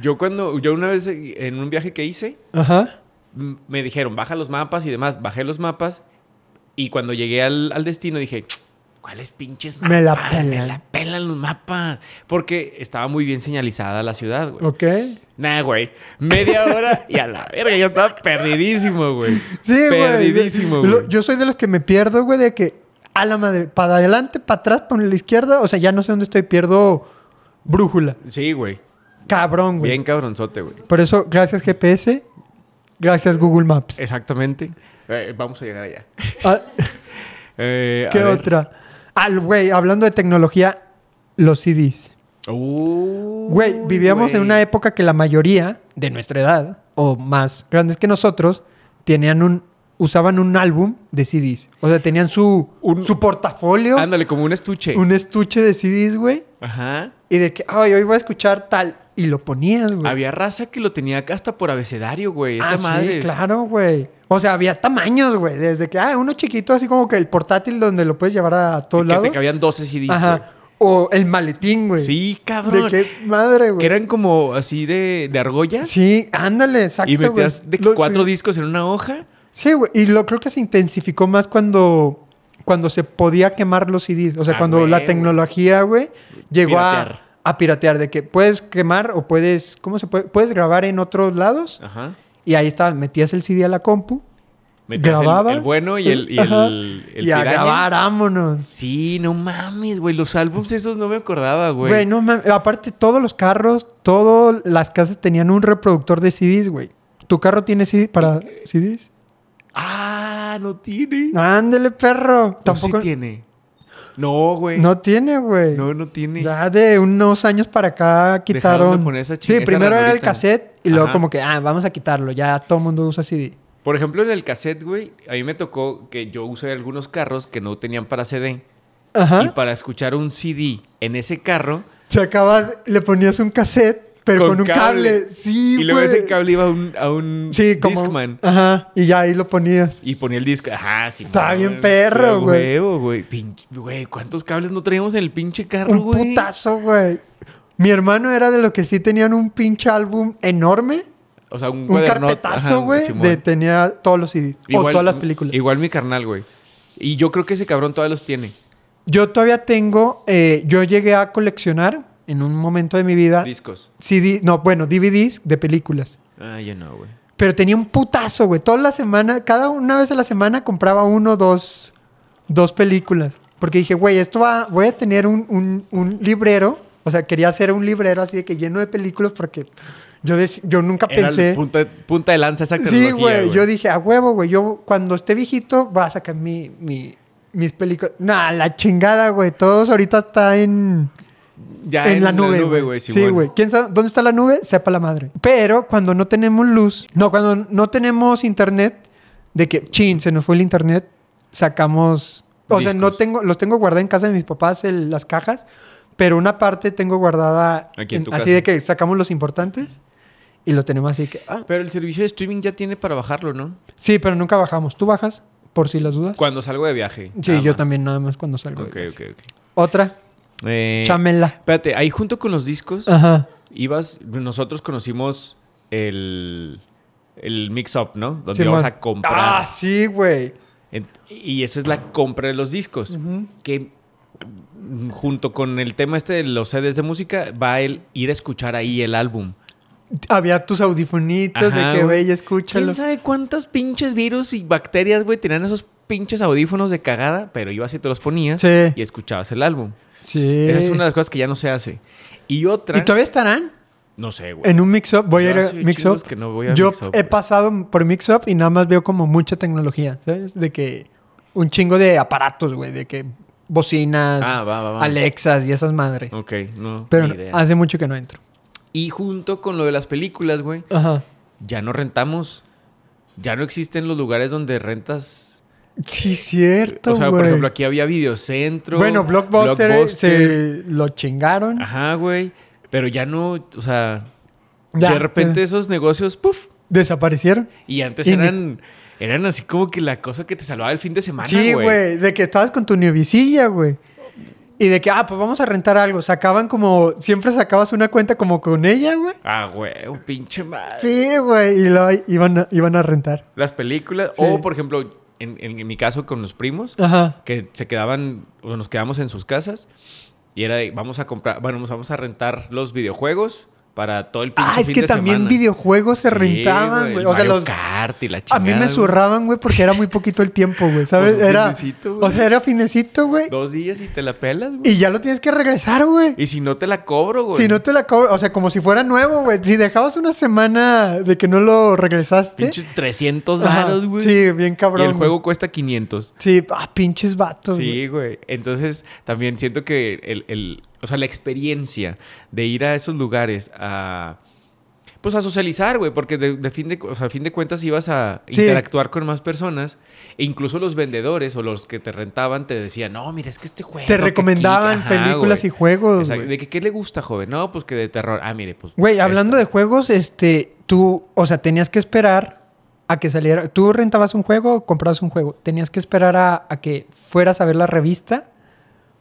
Speaker 1: Yo cuando, yo una vez eh, en un viaje que hice,
Speaker 2: Ajá.
Speaker 1: m- me dijeron, baja los mapas y demás, bajé los mapas, y cuando llegué al, al destino dije, ¿cuáles pinches mapas?
Speaker 2: Me la
Speaker 1: Ah, Me
Speaker 2: pelan".
Speaker 1: la pelan los mapas, porque estaba muy bien señalizada la ciudad, güey.
Speaker 2: Ok.
Speaker 1: Nah, güey. Media hora y a la verga. Yo estaba perdidísimo, güey.
Speaker 2: Sí, güey.
Speaker 1: Perdidísimo,
Speaker 2: Lo-
Speaker 1: güey.
Speaker 2: Yo soy de los que me pierdo, güey, de que. A la madre. Para adelante, para atrás, para la izquierda. O sea, ya no sé dónde estoy. Pierdo brújula.
Speaker 1: Sí, güey.
Speaker 2: Cabrón, güey.
Speaker 1: Bien cabronzote, güey.
Speaker 2: Por eso, gracias GPS, gracias Google Maps.
Speaker 1: Exactamente. Eh, vamos a llegar allá.
Speaker 2: Ah,
Speaker 1: Eh, a
Speaker 2: ¿Qué
Speaker 1: ver.
Speaker 2: otra? Al güey, hablando de tecnología, los CDs.
Speaker 1: Uy,
Speaker 2: Güey, vivíamos en
Speaker 1: güey.
Speaker 2: una época que la mayoría de nuestra edad o más grandes que nosotros tenían un usaban un álbum de CDs. O sea, tenían su
Speaker 1: Un-
Speaker 2: su portafolio,
Speaker 1: Ándale, como un estuche.
Speaker 2: un estuche de CDs, güey,
Speaker 1: Ajá.
Speaker 2: y de que, "Ay, hoy voy a escuchar tal" y lo ponías, güey.
Speaker 1: Había raza que lo tenía hasta por abecedario, güey. Esa
Speaker 2: Ah,
Speaker 1: madre.
Speaker 2: Sí, claro, güey. O sea, había tamaños, güey. Desde que, ah, uno chiquito, así como que el portátil donde lo puedes llevar a todos
Speaker 1: Que
Speaker 2: lados.
Speaker 1: te cabían 12 CDs, güey.
Speaker 2: Ajá. O el maletín, güey.
Speaker 1: Sí,
Speaker 2: ¿De
Speaker 1: cabrón.
Speaker 2: qué madre, güey?
Speaker 1: Que eran como así de, de argolla.
Speaker 2: Sí, ándale, exacto.
Speaker 1: y metías
Speaker 2: güey.
Speaker 1: de que
Speaker 2: Lo-
Speaker 1: cuatro
Speaker 2: sí.
Speaker 1: discos en una hoja.
Speaker 2: Sí, güey. Y lo creo que se intensificó más cuando, cuando se podía quemar los CDs. O sea,
Speaker 1: Ah,
Speaker 2: cuando
Speaker 1: güey.
Speaker 2: la tecnología, güey, llegó a-
Speaker 1: Piratear.
Speaker 2: A, piratear. De que puedes quemar o puedes. ¿Cómo se puede? Puedes grabar en otros lados.
Speaker 1: Ajá.
Speaker 2: Y ahí está, metías el CD a la compu.
Speaker 1: Metías el-
Speaker 2: grababas.
Speaker 1: El, bueno y el, y el,
Speaker 2: Ajá.
Speaker 1: el
Speaker 2: y a
Speaker 1: piraña.
Speaker 2: grabar, vámonos.
Speaker 1: Sí, no mames, güey. Los álbums esos no me acordaba, güey.
Speaker 2: Güey, no mames. Aparte, todos los carros, todas las casas tenían un reproductor de CDs, güey. ¿Tu carro tiene CD para
Speaker 1: Eh,
Speaker 2: CDs?
Speaker 1: Ah, no tiene.
Speaker 2: Ándele, perro.
Speaker 1: ¿O
Speaker 2: Tampoco.
Speaker 1: sí tiene. No, güey.
Speaker 2: No tiene, güey.
Speaker 1: no, no tiene.
Speaker 2: Ya de unos años para acá
Speaker 1: Dejaron
Speaker 2: quitaron.
Speaker 1: de poner esa ching-
Speaker 2: sí,
Speaker 1: esa
Speaker 2: primero era el
Speaker 1: ranurita.
Speaker 2: cassette y luego
Speaker 1: Ajá.
Speaker 2: como que, ah, vamos a quitarlo. Ya todo el mundo usa CD.
Speaker 1: Por ejemplo, en el cassette, güey, a mí me tocó que yo usé algunos carros que no tenían para CD. Y
Speaker 2: Ajá.
Speaker 1: para escuchar un CD en ese carro,
Speaker 2: Sacabas, le ponías un cassette, pero con, un cable. Sí,
Speaker 1: Y luego
Speaker 2: güey.
Speaker 1: ese cable iba a un, a un
Speaker 2: Sí, como.
Speaker 1: Discman.
Speaker 2: Ajá, y ya ahí lo ponías.
Speaker 1: Y ponía el disco. Ajá, sí.
Speaker 2: Estaba
Speaker 1: no,
Speaker 2: bien perro,
Speaker 1: pero
Speaker 2: güey.
Speaker 1: Huevo, güey. Pinche- Güey, ¿cuántos cables no traíamos en el pinche carro,
Speaker 2: Un
Speaker 1: güey?
Speaker 2: putazo, güey. Mi hermano era de los que sí tenían un pinche álbum enorme.
Speaker 1: O sea, un,
Speaker 2: Un
Speaker 1: cuaderno- ajá,
Speaker 2: carpetazo, güey.
Speaker 1: Simón.
Speaker 2: De tenía todos los CDs. o todas las películas.
Speaker 1: Igual mi carnal, güey. Y yo creo que ese cabrón todavía los tiene.
Speaker 2: Yo todavía tengo. eh, yo llegué a coleccionar en un momento de mi vida.
Speaker 1: Discos.
Speaker 2: CD, no, bueno, DVDs de películas.
Speaker 1: Ah, yo no, güey.
Speaker 2: Pero tenía un putazo, güey. Toda la semana, cada una vez a la semana compraba uno o dos, dos películas. Porque dije, güey, esto va, voy a tener un, un- un librero. O sea, quería hacer un librero así de que lleno de películas porque yo, dec- yo nunca
Speaker 1: Era
Speaker 2: pensé.
Speaker 1: el punta, de- punta de lanza esa tecnología,
Speaker 2: Sí, güey. Yo dije, a huevo, güey. Yo cuando esté viejito voy a sacar mi, mi- mis películas. Nah, la chingada, güey. Todos ahorita está en,
Speaker 1: Ya
Speaker 2: en, la nube.
Speaker 1: güey.
Speaker 2: sí, güey. ¿Quién sabe dónde está la nube? Sepa la madre. Pero cuando no tenemos luz, no, cuando no tenemos internet, de que, chin, se nos fue el internet, sacamos. O sea, no
Speaker 1: Discos.
Speaker 2: tengo, los tengo guardados en casa de mis papás, el- las cajas, pero una parte tengo guardada
Speaker 1: Aquí en tu
Speaker 2: así
Speaker 1: casa.
Speaker 2: de que sacamos los importantes y lo tenemos así que. ah,
Speaker 1: Pero el servicio de streaming ya tiene para bajarlo, ¿no?
Speaker 2: Sí, pero nunca bajamos. ¿Tú bajas? Por si las dudas.
Speaker 1: Cuando salgo de viaje.
Speaker 2: Sí,
Speaker 1: nada
Speaker 2: yo
Speaker 1: más.
Speaker 2: también, nada más cuando salgo.
Speaker 1: Ok, ok, ok.
Speaker 2: Otra,
Speaker 1: Eh,
Speaker 2: chamela.
Speaker 1: espérate, ahí junto con los discos,
Speaker 2: Ajá.
Speaker 1: ibas. Nosotros conocimos el. El mix-up, ¿no? Donde
Speaker 2: Sí,
Speaker 1: íbamos
Speaker 2: man.
Speaker 1: a comprar.
Speaker 2: Ah, sí, güey.
Speaker 1: En- Y eso es la compra de los discos. Que mm, junto con el tema este de los CDs de música, va el ir a escuchar ahí el álbum.
Speaker 2: Había tus audifonitos
Speaker 1: Ajá,
Speaker 2: de que
Speaker 1: güey.
Speaker 2: ve y escúchalo.
Speaker 1: ¿Quién sabe cuántos pinches virus y bacterias, güey, tenían esos pinches audífonos de cagada? Pero ibas y te los ponías
Speaker 2: Sí.
Speaker 1: y escuchabas el álbum.
Speaker 2: Sí.
Speaker 1: Esa es una de las cosas que ya no se hace. Y otra...
Speaker 2: ¿Y todavía estarán?
Speaker 1: No sé, güey.
Speaker 2: En un mix-up. Voy a
Speaker 1: Yo
Speaker 2: ir a
Speaker 1: hace
Speaker 2: mix-up.
Speaker 1: chingos que no voy a
Speaker 2: Yo
Speaker 1: mix-up,
Speaker 2: he
Speaker 1: güey.
Speaker 2: pasado por mix-up y nada más veo como mucha tecnología, ¿sabes? De que un chingo de aparatos, güey. De que bocinas,
Speaker 1: Ah, va, va, va.
Speaker 2: Alexas y esas madres.
Speaker 1: Ok, no.
Speaker 2: Pero
Speaker 1: ni
Speaker 2: no,
Speaker 1: idea.
Speaker 2: hace mucho que no entro.
Speaker 1: Y junto con lo de las películas, güey,
Speaker 2: Ajá.
Speaker 1: ya no rentamos. Ya no existen los lugares donde rentas
Speaker 2: Sí, cierto,
Speaker 1: O sea, por
Speaker 2: güey.
Speaker 1: ejemplo, aquí había videocentro.
Speaker 2: Bueno, Blockbuster, eh,
Speaker 1: Blockbuster. Ah.
Speaker 2: se lo chingaron.
Speaker 1: Ajá, güey. Pero ya no, o sea,
Speaker 2: Ya,
Speaker 1: de repente
Speaker 2: eh,
Speaker 1: esos negocios, puff.
Speaker 2: desaparecieron.
Speaker 1: Y antes
Speaker 2: Y-
Speaker 1: eran, eran así como que la cosa que te salvaba el fin de semana,
Speaker 2: sí,
Speaker 1: güey.
Speaker 2: güey, de que estabas con tu nievecilla, güey. Y de que, ah, pues vamos a rentar algo. Sacaban como, siempre sacabas una cuenta como con ella, güey.
Speaker 1: Ah, güey, un pinche madre.
Speaker 2: Sí, güey, y lo iban a, iban a rentar.
Speaker 1: Las películas.
Speaker 2: Sí.
Speaker 1: O, por ejemplo, en, en- en mi caso con los primos,
Speaker 2: Ajá.
Speaker 1: que se quedaban, o nos quedamos en sus casas. Y era de, vamos a comprar, bueno, nos vamos a rentar los videojuegos para todo el pinche
Speaker 2: Ah, es
Speaker 1: fin
Speaker 2: que
Speaker 1: de
Speaker 2: también
Speaker 1: semana.
Speaker 2: videojuegos se
Speaker 1: Sí,
Speaker 2: rentaban,
Speaker 1: güey,
Speaker 2: güey.
Speaker 1: el
Speaker 2: O sea,
Speaker 1: Mario
Speaker 2: los...
Speaker 1: Kart y la
Speaker 2: A mí
Speaker 1: chingada,
Speaker 2: me
Speaker 1: güey.
Speaker 2: zurraban, güey, porque era muy poquito el tiempo, güey, ¿sabes?
Speaker 1: Pues un
Speaker 2: Era...
Speaker 1: finecito, güey.
Speaker 2: O sea, era finecito, güey.
Speaker 1: Dos días y te la pelas, güey.
Speaker 2: Y ya lo tienes que regresar, güey.
Speaker 1: Y si no te la cobro, güey.
Speaker 2: Si no te la cobro, o sea, como si fuera nuevo, güey. Si dejabas una semana de que no lo regresaste.
Speaker 1: Pinches 300
Speaker 2: Ajá.
Speaker 1: varos, güey.
Speaker 2: Sí, bien cabrón.
Speaker 1: Y el
Speaker 2: güey.
Speaker 1: juego cuesta 500.
Speaker 2: Sí, ah, pinches vatos. güey.
Speaker 1: Sí, güey. Entonces, también siento que el, el- O sea, la experiencia de ir a esos lugares a... Pues a socializar, güey, porque de, de fin de, cu- o sea, a fin de cuentas ibas a
Speaker 2: Sí.
Speaker 1: interactuar con más personas. E incluso los vendedores o los que te rentaban te decían, no, mira, es que este juego...
Speaker 2: Te recomendaban películas y juegos. güey.
Speaker 1: ¿De que, qué le gusta, joven? No, pues que de terror. Ah, mire, pues...
Speaker 2: Güey, hablando de juegos, este, tú, o sea, tenías que esperar a que saliera. Tú rentabas un juego o comprabas un juego. Tenías que esperar a, a que fueras a ver la revista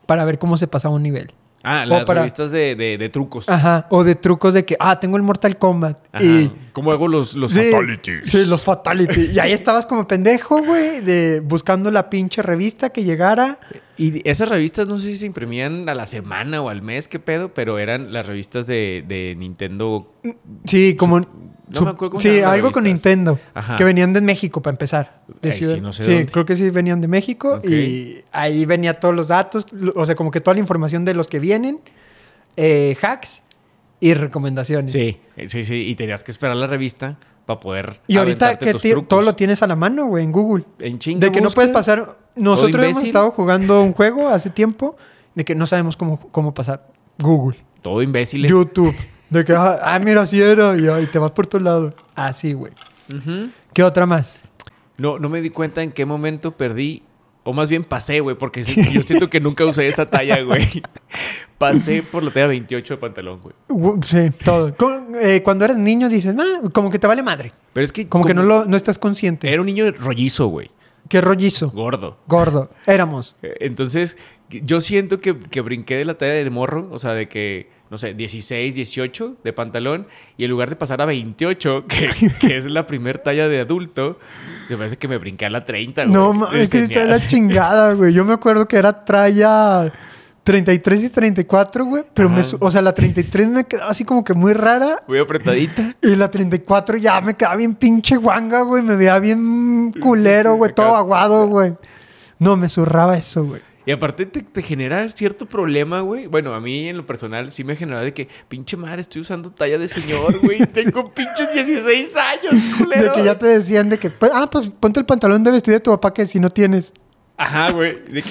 Speaker 2: para ver cómo se pasaba un nivel.
Speaker 1: Ah,
Speaker 2: O
Speaker 1: las
Speaker 2: para-
Speaker 1: revistas de, de- de trucos.
Speaker 2: Ajá. O de trucos de que, ah, tengo el Mortal Kombat.
Speaker 1: Ajá.
Speaker 2: Y
Speaker 1: ¿Cómo hago los, los
Speaker 2: Sí,
Speaker 1: fatalities?
Speaker 2: Sí, los fatalities. Y ahí estabas como pendejo, güey, de buscando la pinche revista que llegara.
Speaker 1: Y esas revistas no sé si se imprimían a la semana o al mes, qué pedo, pero eran las revistas de, de Nintendo.
Speaker 2: Sí, como
Speaker 1: no
Speaker 2: su-
Speaker 1: me acuerdo cómo se
Speaker 2: Sí,
Speaker 1: llaman las
Speaker 2: algo con
Speaker 1: revistas.
Speaker 2: Nintendo,
Speaker 1: Ajá.
Speaker 2: que venían de México para empezar. de
Speaker 1: Ay, sí,
Speaker 2: ciudad.
Speaker 1: no sé
Speaker 2: sí,
Speaker 1: dónde.
Speaker 2: creo que sí venían de México
Speaker 1: Ok.
Speaker 2: y ahí venía todos los datos, lo- o sea, como que toda la información de los que vienen, eh, hacks y recomendaciones.
Speaker 1: Sí, eh, sí, sí. Y tenías que esperar la revista para poder.
Speaker 2: Y ahorita
Speaker 1: aventarte
Speaker 2: que
Speaker 1: tus
Speaker 2: ti-
Speaker 1: trucos.
Speaker 2: todo lo tienes a la mano, güey, en Google.
Speaker 1: En chinga
Speaker 2: De que no
Speaker 1: buscas.
Speaker 2: puedes pasar. Nosotros hemos
Speaker 1: imbécil.
Speaker 2: estado jugando un juego hace tiempo de que no sabemos cómo, cómo pasar. Google,
Speaker 1: Todo imbéciles.
Speaker 2: YouTube. De que, ah, ah, mira, así era. Y, ahí te vas por tu lado. Así, güey.
Speaker 1: Ujú.
Speaker 2: ¿Qué otra más?
Speaker 1: No, no me di cuenta en qué momento perdí O más bien pasé, güey, porque sí- yo siento que nunca usé esa talla, güey. Pasé por la talla 28 de pantalón, güey.
Speaker 2: Gu- Sí, todo. Con- eh, cuando eres niño dices, "Ah, como que te vale madre.
Speaker 1: Pero es que.
Speaker 2: Como que no, lo, no estás consciente.
Speaker 1: Era un niño rollizo, güey.
Speaker 2: Qué rollizo.
Speaker 1: Gordo.
Speaker 2: Gordo. Éramos.
Speaker 1: Eh, Entonces, yo siento que, que brinqué de la talla de morro, o sea, de que, no sé, 16, 18 de pantalón, y en lugar de pasar a 28, que, que es la primer talla de adulto, se me hace que me brinqué a la 30, güey.
Speaker 2: No, ma- es que está la chingada, güey. Yo me acuerdo que era tralla 33 y 34, güey. Pero, me,
Speaker 1: Ajá.
Speaker 2: su- o sea, la 33 me quedaba así como que muy rara.
Speaker 1: Muy apretadita.
Speaker 2: Y la 34 ya me quedaba bien pinche guanga, güey. Me veía bien culero, güey. Todo aguado, güey. No, me zurraba eso, güey.
Speaker 1: Y aparte te, te genera cierto problema, güey. Bueno, a mí en lo personal sí me generaba de que, pinche madre, estoy usando talla de señor, güey. Tengo pinches 16 años, culero.
Speaker 2: De que ya te decían de que, pues, ah, pues ponte el pantalón de vestir de tu papá que si no tienes.
Speaker 1: Ajá, güey. De que-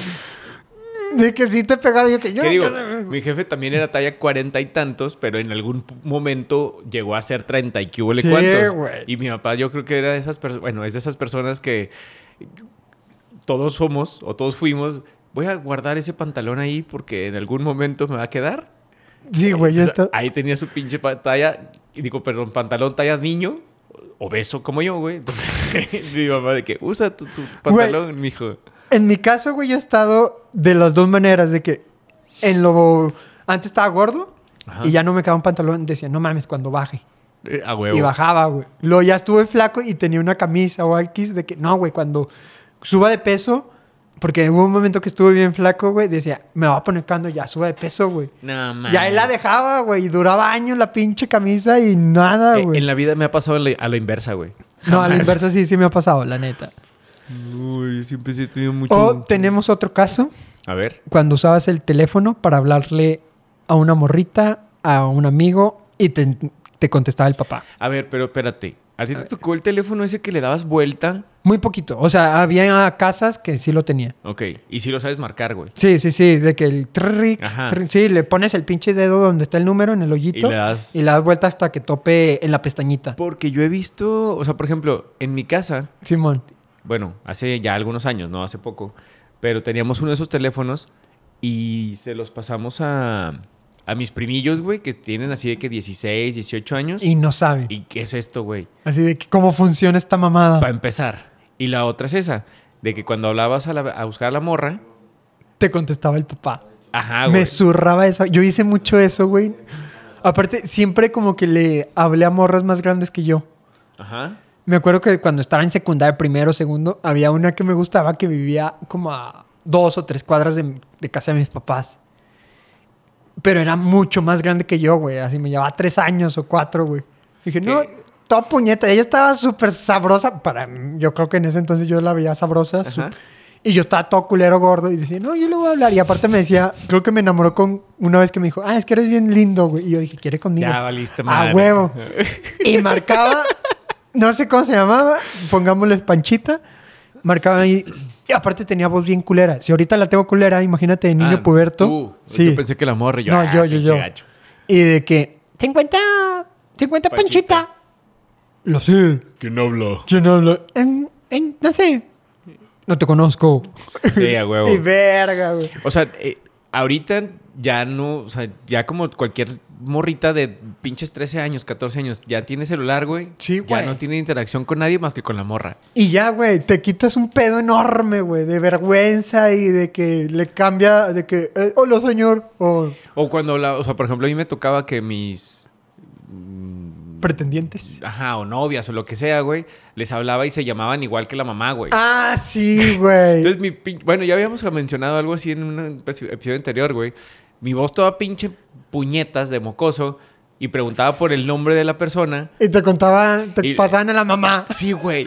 Speaker 2: De que sí te pegaba. Yo que yo.
Speaker 1: ¿Qué digo? Mi jefe también era talla cuarenta y tantos, pero en algún p- momento llegó a ser treinta y qué hubo le
Speaker 2: Sí,
Speaker 1: cuantos.
Speaker 2: güey.
Speaker 1: Y mi papá, yo creo que era de esas personas, bueno, es de esas personas que todos somos o todos fuimos. Voy a guardar ese pantalón ahí porque en algún momento me va a quedar.
Speaker 2: Sí, güey. Yo
Speaker 1: Entonces,
Speaker 2: estaba.
Speaker 1: Ahí tenía su pinche pa- talla, y digo, perdón, pantalón talla niño, obeso como yo, güey. Entonces, mi papá de que usa tu, tu pantalón, mijo.
Speaker 2: En mi caso, güey, yo he estado de las dos maneras. De que en lo. Antes estaba gordo
Speaker 1: Ajá.
Speaker 2: y ya no me quedaba un pantalón. Decía, no mames, cuando baje.
Speaker 1: Eh, A huevo.
Speaker 2: Y bajaba, güey. Luego ya estuve flaco y tenía una camisa o X de que, no, güey, cuando suba de peso, porque hubo un momento que estuve bien flaco, güey, decía, me va a poner cuando ya suba de peso, güey.
Speaker 1: No,
Speaker 2: Y ahí la
Speaker 1: mames.
Speaker 2: dejaba, güey, y duraba años la pinche camisa y nada,
Speaker 1: Eh,
Speaker 2: Ah, güey.
Speaker 1: en la vida me ha pasado en la- a la inversa, güey.
Speaker 2: No, a la inversa sí, sí me ha pasado, la neta.
Speaker 1: Uy, siempre he tenido mucho.
Speaker 2: O tenemos otro caso,
Speaker 1: A ver.
Speaker 2: cuando usabas el teléfono para hablarle a una morrita, a un amigo, y te, te contestaba el papá.
Speaker 1: A ver, pero espérate. ¿A ti te tocó el teléfono ese que le dabas vuelta?
Speaker 2: Muy poquito. O sea, había casas que sí lo tenían.
Speaker 1: Ok. Y si lo sabes marcar, güey.
Speaker 2: Sí, sí, sí, de que el trick,
Speaker 1: Ajá.
Speaker 2: trick, sí, le pones el pinche dedo donde está el número en el hoyito
Speaker 1: Y le das-
Speaker 2: vuelta hasta que tope en la pestañita.
Speaker 1: Porque yo he visto, o sea, por ejemplo, en mi casa,
Speaker 2: Simón.
Speaker 1: bueno, hace ya algunos años, no hace poco, pero teníamos uno de esos teléfonos y se los pasamos a, a mis primillos, güey, que tienen así de que 16, 18 años.
Speaker 2: Y no sabe.
Speaker 1: ¿Y qué es esto, güey?
Speaker 2: Así de que cómo funciona esta mamada.
Speaker 1: Para empezar. Y la otra es esa, de que cuando hablabas a, la- a buscar a la morra,
Speaker 2: Te contestaba el papá.
Speaker 1: ajá, Ah, güey.
Speaker 2: Me zurraba eso. Yo hice mucho eso, güey. Aparte, siempre como que le hablé a morras más grandes que yo.
Speaker 1: Ajá.
Speaker 2: Me acuerdo que cuando estaba en secundaria, primero, segundo, había una que me gustaba que vivía como a dos o tres cuadras de, de casa de mis papás. Pero era mucho más grande que yo, güey. Así me llevaba tres años o cuatro, güey. Dije, no, toda puñeta. Ella estaba súper sabrosa. Para mí. yo creo que en ese entonces yo la veía sabrosa. su-
Speaker 1: Ajá.
Speaker 2: Y yo estaba todo culero gordo y decía, no, yo le voy a hablar. Y aparte me decía, creo que me enamoró con una vez que me dijo, ah, es que eres bien lindo, güey. Y yo dije, ¿quiere conmigo?
Speaker 1: Ya valiste
Speaker 2: A
Speaker 1: madre.
Speaker 2: Ah, huevo. Y marcaba, no sé cómo se llamaba, pongámosle Panchita. Marcaba ahí. Y aparte tenía voz bien culera. Si ahorita la tengo culera, imagínate de niño
Speaker 1: Ah,
Speaker 2: puberto.
Speaker 1: tú. Yo pensé que la morra. y Yo,
Speaker 2: no,
Speaker 1: ah,
Speaker 2: yo, yo,
Speaker 1: pinche
Speaker 2: yo.
Speaker 1: gacho.
Speaker 2: Y de que, 50,
Speaker 1: Panchita.
Speaker 2: 50 Panchita. Lo sé.
Speaker 1: Que no habló.
Speaker 2: ¿Quién habla? En- en- no sé. No te conozco.
Speaker 1: Sí, a huevo.
Speaker 2: Y verga, güey.
Speaker 1: O sea, eh, ahorita ya no, o sea, ya como cualquier morrita de pinches 13 años, 14 años, ya tiene celular, güey.
Speaker 2: Sí,
Speaker 1: Ya
Speaker 2: güey.
Speaker 1: no tiene interacción con nadie más que con la morra.
Speaker 2: Y ya, güey, te quitas un pedo enorme, güey, de vergüenza y de que le cambia, de que, eh, hola señor, o
Speaker 1: O cuando la, o sea, por ejemplo, a mí me tocaba que mis mm,
Speaker 2: pretendientes.
Speaker 1: ajá, o novias o lo que sea, güey, les hablaba y se llamaban igual que la mamá, güey.
Speaker 2: Ah, sí, güey.
Speaker 1: Entonces, mi pin- bueno, ya habíamos mencionado algo así en un epi- episodio anterior, güey. Mi voz toda pinche puñetas de mocoso y preguntaba por el nombre de la persona.
Speaker 2: Y te contaban, te
Speaker 1: Y-
Speaker 2: pasaban a la mamá.
Speaker 1: Sí, güey.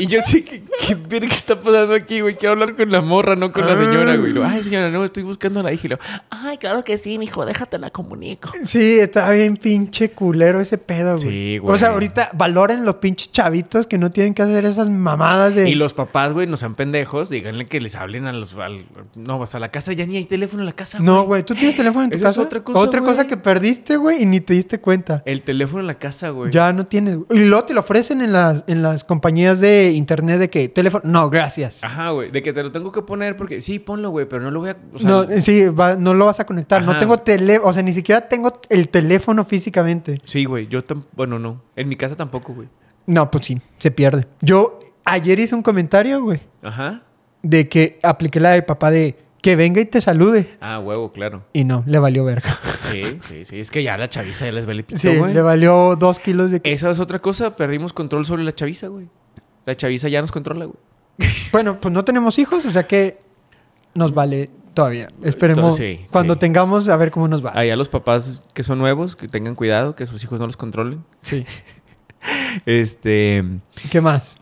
Speaker 1: Y yo sé que qué verga está pasando aquí, güey. Quiero hablar con la morra, no
Speaker 2: Ah.
Speaker 1: con la señora, güey. Y luego, Ay, señora, no, estoy buscando a la hija. Y luego,
Speaker 4: Ay, claro que sí, mijo, déjate la comunico.
Speaker 2: Sí, estaba bien pinche culero ese pedo, güey.
Speaker 1: Sí, güey.
Speaker 2: O sea, ahorita valoren los pinches chavitos que no tienen que hacer esas mamadas de...
Speaker 1: Y los papás, güey, no sean pendejos. Díganle que les hablen a los. al- no, vas a la casa, ya ni hay teléfono en la casa.
Speaker 2: No, güey, ¿tú tienes teléfono en tu
Speaker 1: Esa es
Speaker 2: casa?
Speaker 1: otra cosa, güey.
Speaker 2: que perdiste, güey, y ni te diste cuenta.
Speaker 1: El teléfono en la casa, güey.
Speaker 2: Ya no tienes. güey. Y luego te lo ofrecen en las, en las compañías de internet de que teléfono. No, gracias.
Speaker 1: Ajá, güey. De que te lo tengo que poner porque sí, ponlo, güey, pero no lo voy a. o sea,
Speaker 2: no, sí, va- no lo vas a conectar. No
Speaker 1: Ajá.
Speaker 2: tengo teléfono, o sea, ni siquiera tengo el teléfono físicamente.
Speaker 1: Sí, güey. Yo tampoco. Bueno, no. En mi casa tampoco, güey.
Speaker 2: No, pues sí, se pierde. Yo ayer hice un comentario, güey,
Speaker 1: Ajá.
Speaker 2: de que apliqué la de papá de que venga y te salude.
Speaker 1: Ah, huevo, claro.
Speaker 2: Y no, le valió verga.
Speaker 1: Sí, sí, sí. Es que ya la chaviza ya les vale pito,
Speaker 2: Sí,
Speaker 1: güey.
Speaker 2: le valió dos kilos de...
Speaker 1: Esa es otra cosa. Perdimos control sobre la chaviza, güey. La chaviza ya nos controla, güey.
Speaker 2: Bueno, pues no tenemos hijos, o sea que nos vale todavía. Esperemos
Speaker 1: Entonces, sí,
Speaker 2: cuando
Speaker 1: sí.
Speaker 2: tengamos a ver cómo nos va.
Speaker 1: Allá los papás que son nuevos, que tengan cuidado, que sus hijos no los controlen.
Speaker 2: Sí.
Speaker 1: Este.
Speaker 2: ¿Qué más?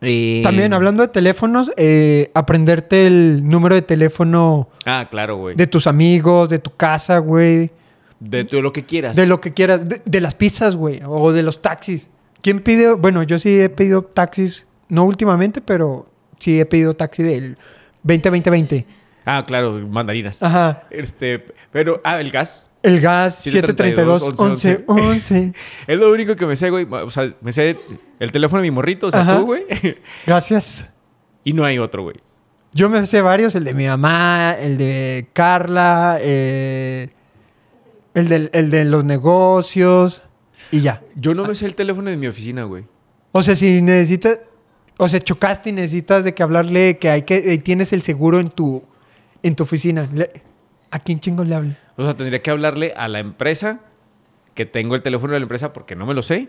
Speaker 1: eh,
Speaker 2: También hablando de teléfonos, eh, aprenderte el número de teléfono
Speaker 1: Ah, claro, güey.
Speaker 2: de
Speaker 1: De,
Speaker 2: tus amigos, de tu casa, güey,
Speaker 1: tu- lo que quieras.
Speaker 2: de lo que quieras, de, de las pizzas, güey, o de los taxis. ¿Quién pide? Bueno, yo sí he pedido taxis, no últimamente, pero sí he pedido taxi del 20-20-20.
Speaker 1: Ah, claro, mandarinas.
Speaker 2: Ajá.
Speaker 1: Este. Pero, ah, el gas.
Speaker 2: El gas
Speaker 1: 732, 11,
Speaker 2: 732-11-11.
Speaker 1: Es lo único que me sé, güey. O sea, me sé el teléfono de mi morrito, o sea,
Speaker 2: Ajá.
Speaker 1: tú, güey.
Speaker 2: Gracias.
Speaker 1: Y no hay otro, güey.
Speaker 2: Yo me sé varios, el de mi mamá, el de Carla, eh, el, del- el de los negocios y ya.
Speaker 1: Yo no me sé el teléfono de mi oficina, güey.
Speaker 2: O sea, si necesitas, o sea, chocaste y necesitas de que hablarle que hay que eh, tienes el seguro en tu en tu oficina. le- ¿A quién chingo le hablo?
Speaker 1: O sea, tendría que hablarle a la empresa que tengo el teléfono de la empresa porque no me lo sé.
Speaker 2: Y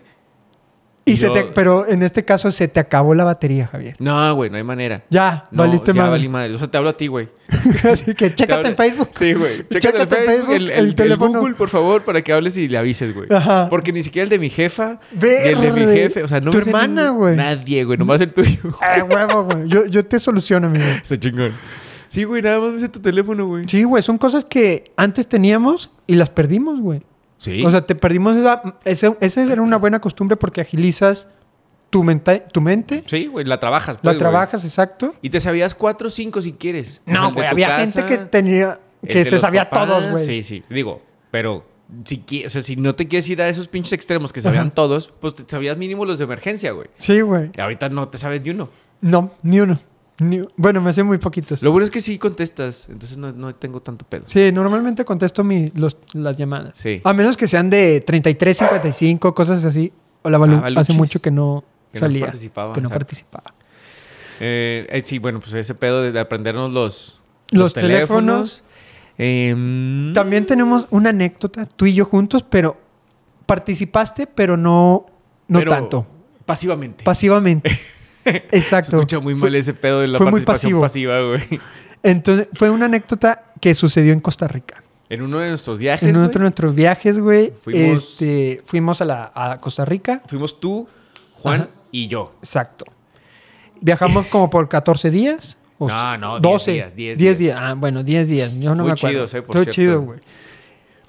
Speaker 1: Yo-
Speaker 2: se te- pero en este caso se te acabó la batería, Javier.
Speaker 1: No, güey, no hay manera.
Speaker 2: Ya,
Speaker 1: No,
Speaker 2: valiste
Speaker 1: ya
Speaker 2: madre.
Speaker 1: valí madre. O sea, te hablo a ti, güey.
Speaker 2: Así que
Speaker 1: Te
Speaker 2: chécate
Speaker 1: hablo-
Speaker 2: en Facebook.
Speaker 1: Sí, güey. Chécate, en Facebook, el, el- el
Speaker 2: teléfono.
Speaker 1: Google, por favor, para que hables y le avises, güey.
Speaker 2: Ajá.
Speaker 1: Porque ni siquiera el de mi jefa,
Speaker 2: Verde.
Speaker 1: ni el de mi jefe, o sea, no
Speaker 2: Tu
Speaker 1: me sé
Speaker 2: hermana,
Speaker 1: ningún-
Speaker 2: güey.
Speaker 1: Nadie, güey, nomás el tuyo.
Speaker 2: Ah, huevo, güey. Yo, yo te soluciono, amigo.
Speaker 1: Está chingón. Sí, güey, nada más me sé tu teléfono, güey.
Speaker 2: Sí, güey, son cosas que antes teníamos y las perdimos, güey.
Speaker 1: Sí.
Speaker 2: O sea, te perdimos esa, ese- esa era una buena costumbre porque agilizas tu, menta- tu mente,
Speaker 1: Sí, güey, la trabajas.
Speaker 2: la
Speaker 1: pues, güey.
Speaker 2: trabajas, exacto.
Speaker 1: Y te sabías cuatro o cinco si quieres. El
Speaker 2: No,
Speaker 1: de
Speaker 2: güey,
Speaker 1: tu
Speaker 2: había
Speaker 1: casa,
Speaker 2: gente que tenía,
Speaker 1: el
Speaker 2: que
Speaker 1: de
Speaker 2: se
Speaker 1: los
Speaker 2: sabía
Speaker 1: papás.
Speaker 2: todos, güey.
Speaker 1: Sí, sí. Digo, pero si, qui- o sea, si no te quieres ir a esos pinches extremos que sabían todos, pues te sabías mínimo los de emergencia, güey.
Speaker 2: Sí, güey.
Speaker 1: Y ahorita no te sabes de uno.
Speaker 2: No, ni uno. Ni- bueno, me sé muy poquitos.
Speaker 1: Lo bueno es que sí contestas, entonces no, no tengo tanto pedo.
Speaker 2: Sí, normalmente contesto mi, los, las llamadas.
Speaker 1: Sí.
Speaker 2: A menos que sean de 33, 55, cosas así. Hola, Balú.
Speaker 1: Ah, Baluchis.
Speaker 2: Hace mucho que no
Speaker 1: Que no
Speaker 2: salía.
Speaker 1: participaba,
Speaker 2: Que no
Speaker 1: exacto.
Speaker 2: participaba.
Speaker 1: Eh, eh, sí, bueno, pues ese pedo de, de aprendernos los,
Speaker 2: Los teléfonos.
Speaker 1: Em,
Speaker 2: También tenemos una anécdota, tú y yo juntos, pero participaste, pero no, no
Speaker 1: pero
Speaker 2: tanto.
Speaker 1: Pasivamente.
Speaker 2: Pasivamente.
Speaker 1: Se
Speaker 2: Exacto.
Speaker 1: escucha muy mal ese pedo de la
Speaker 2: fue muy
Speaker 1: participación
Speaker 2: pasivo.
Speaker 1: pasiva, güey.
Speaker 2: Entonces, fue una anécdota que sucedió en Costa Rica.
Speaker 1: En uno de nuestros viajes,
Speaker 2: En
Speaker 1: güey,
Speaker 2: otro de nuestros viajes, güey,
Speaker 1: Fuimos-
Speaker 2: este, fuimos a, la, a Costa Rica.
Speaker 1: fuimos tú, Juan
Speaker 2: Ajá.
Speaker 1: y yo.
Speaker 2: Exacto. Viajamos como por 14 días. o
Speaker 1: No,
Speaker 2: sea,
Speaker 1: no,
Speaker 2: 12,
Speaker 1: 10 días, 10 días.
Speaker 2: días. Ah, bueno, 10 días. Yo no
Speaker 1: Muy
Speaker 2: me acuerdo.
Speaker 1: chidos, eh, por
Speaker 2: Estuvo
Speaker 1: cierto.
Speaker 2: chido, güey.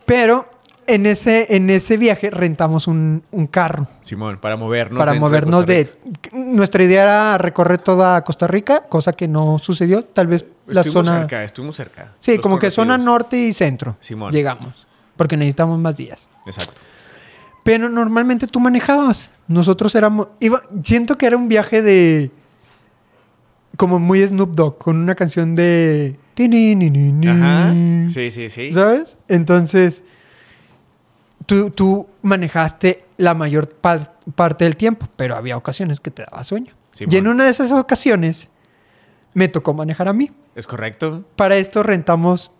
Speaker 2: Pero en ese, en ese viaje rentamos un- un carro.
Speaker 1: Simón, para movernos.
Speaker 2: para
Speaker 1: dentro
Speaker 2: movernos
Speaker 1: Costa
Speaker 2: de,
Speaker 1: Rica.
Speaker 2: Nuestra idea era recorrer toda Costa Rica, cosa que no sucedió. Tal vez la
Speaker 1: estuvimos
Speaker 2: zona.
Speaker 1: cerca, estuvimos cerca.
Speaker 2: Sí,
Speaker 1: Los
Speaker 2: como que zona
Speaker 1: conocidos.
Speaker 2: norte y centro.
Speaker 1: Simón.
Speaker 2: Llegamos. Porque necesitamos más días.
Speaker 1: Exacto.
Speaker 2: Pero normalmente tú manejabas. Nosotros éramos. Iba, siento que era un viaje de. Como muy Snoop Dogg, con una canción de.
Speaker 1: Ajá.
Speaker 2: Mm.
Speaker 1: Sí, sí, sí.
Speaker 2: ¿Sabes? Entonces, tú, tú manejaste la mayor par- parte del tiempo, pero había ocasiones que te daba sueño.
Speaker 1: Simón.
Speaker 2: y en una de esas ocasiones, me tocó manejar a mí.
Speaker 1: Es correcto.
Speaker 2: Para esto rentamos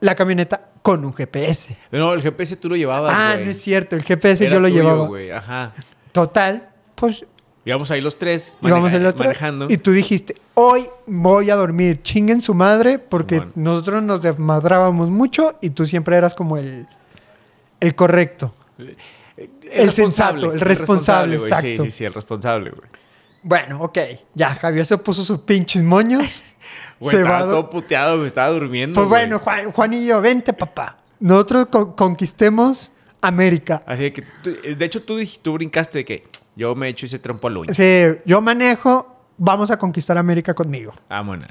Speaker 2: la camioneta con un GPS.
Speaker 1: No, el GPS tú lo llevabas.
Speaker 2: ah,
Speaker 1: güey.
Speaker 2: no es cierto, el GPS
Speaker 1: Era
Speaker 2: yo lo
Speaker 1: tuyo,
Speaker 2: llevaba.
Speaker 1: güey, Ajá.
Speaker 2: Total, pues
Speaker 1: Íbamos ahí los tres.
Speaker 2: íbamos
Speaker 1: maneja-
Speaker 2: el otro.
Speaker 1: Manejando.
Speaker 2: Y tú dijiste, hoy voy a dormir, chinguen su madre, porque
Speaker 1: Simón.
Speaker 2: nosotros nos desmadrábamos mucho y tú siempre eras como el, el correcto. el
Speaker 1: responsable,
Speaker 2: sensato, el responsable,
Speaker 1: güey.
Speaker 2: exacto.
Speaker 1: Sí, sí, sí, el responsable, güey.
Speaker 2: Bueno, ok. Ya, Javier se puso sus pinches moños.
Speaker 1: Güey,
Speaker 2: se va
Speaker 1: estaba
Speaker 2: a do-
Speaker 1: todo puteado, me estaba durmiendo.
Speaker 2: Pues
Speaker 1: güey.
Speaker 2: bueno, Juan, Juanillo, vente, papá. Nosotros co- conquistemos América.
Speaker 1: Así de que, tú- de hecho, tú, dij- tú brincaste de que yo me echo ese trompo al uño.
Speaker 2: Sí, yo manejo, vamos a conquistar América conmigo.
Speaker 1: Vámonas.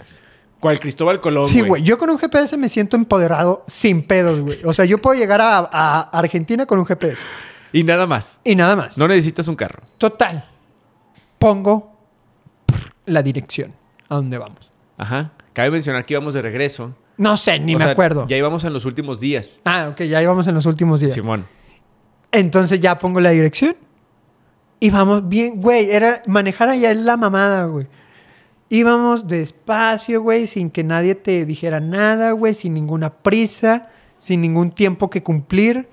Speaker 1: Cual Cristóbal Colón,
Speaker 2: Sí, güey. Yo con un GPS me siento empoderado sin pedos, güey. O sea, yo puedo llegar a, a Argentina con un GPS.
Speaker 1: Y nada más.
Speaker 2: Y nada más.
Speaker 1: No necesitas un carro.
Speaker 2: Total. Pongo la dirección a donde vamos.
Speaker 1: Ajá. Cabe mencionar que íbamos de regreso.
Speaker 2: No sé, ni
Speaker 1: O
Speaker 2: me
Speaker 1: sea,
Speaker 2: acuerdo.
Speaker 1: Ya íbamos en los últimos días.
Speaker 2: Ah, ok, ya íbamos en los últimos días.
Speaker 1: Simón.
Speaker 2: Entonces ya pongo la dirección. Y vamos bien, güey. Era, manejar allá es la mamada, güey. Íbamos despacio, güey, sin que nadie te dijera nada, güey, sin ninguna prisa, sin ningún tiempo que cumplir.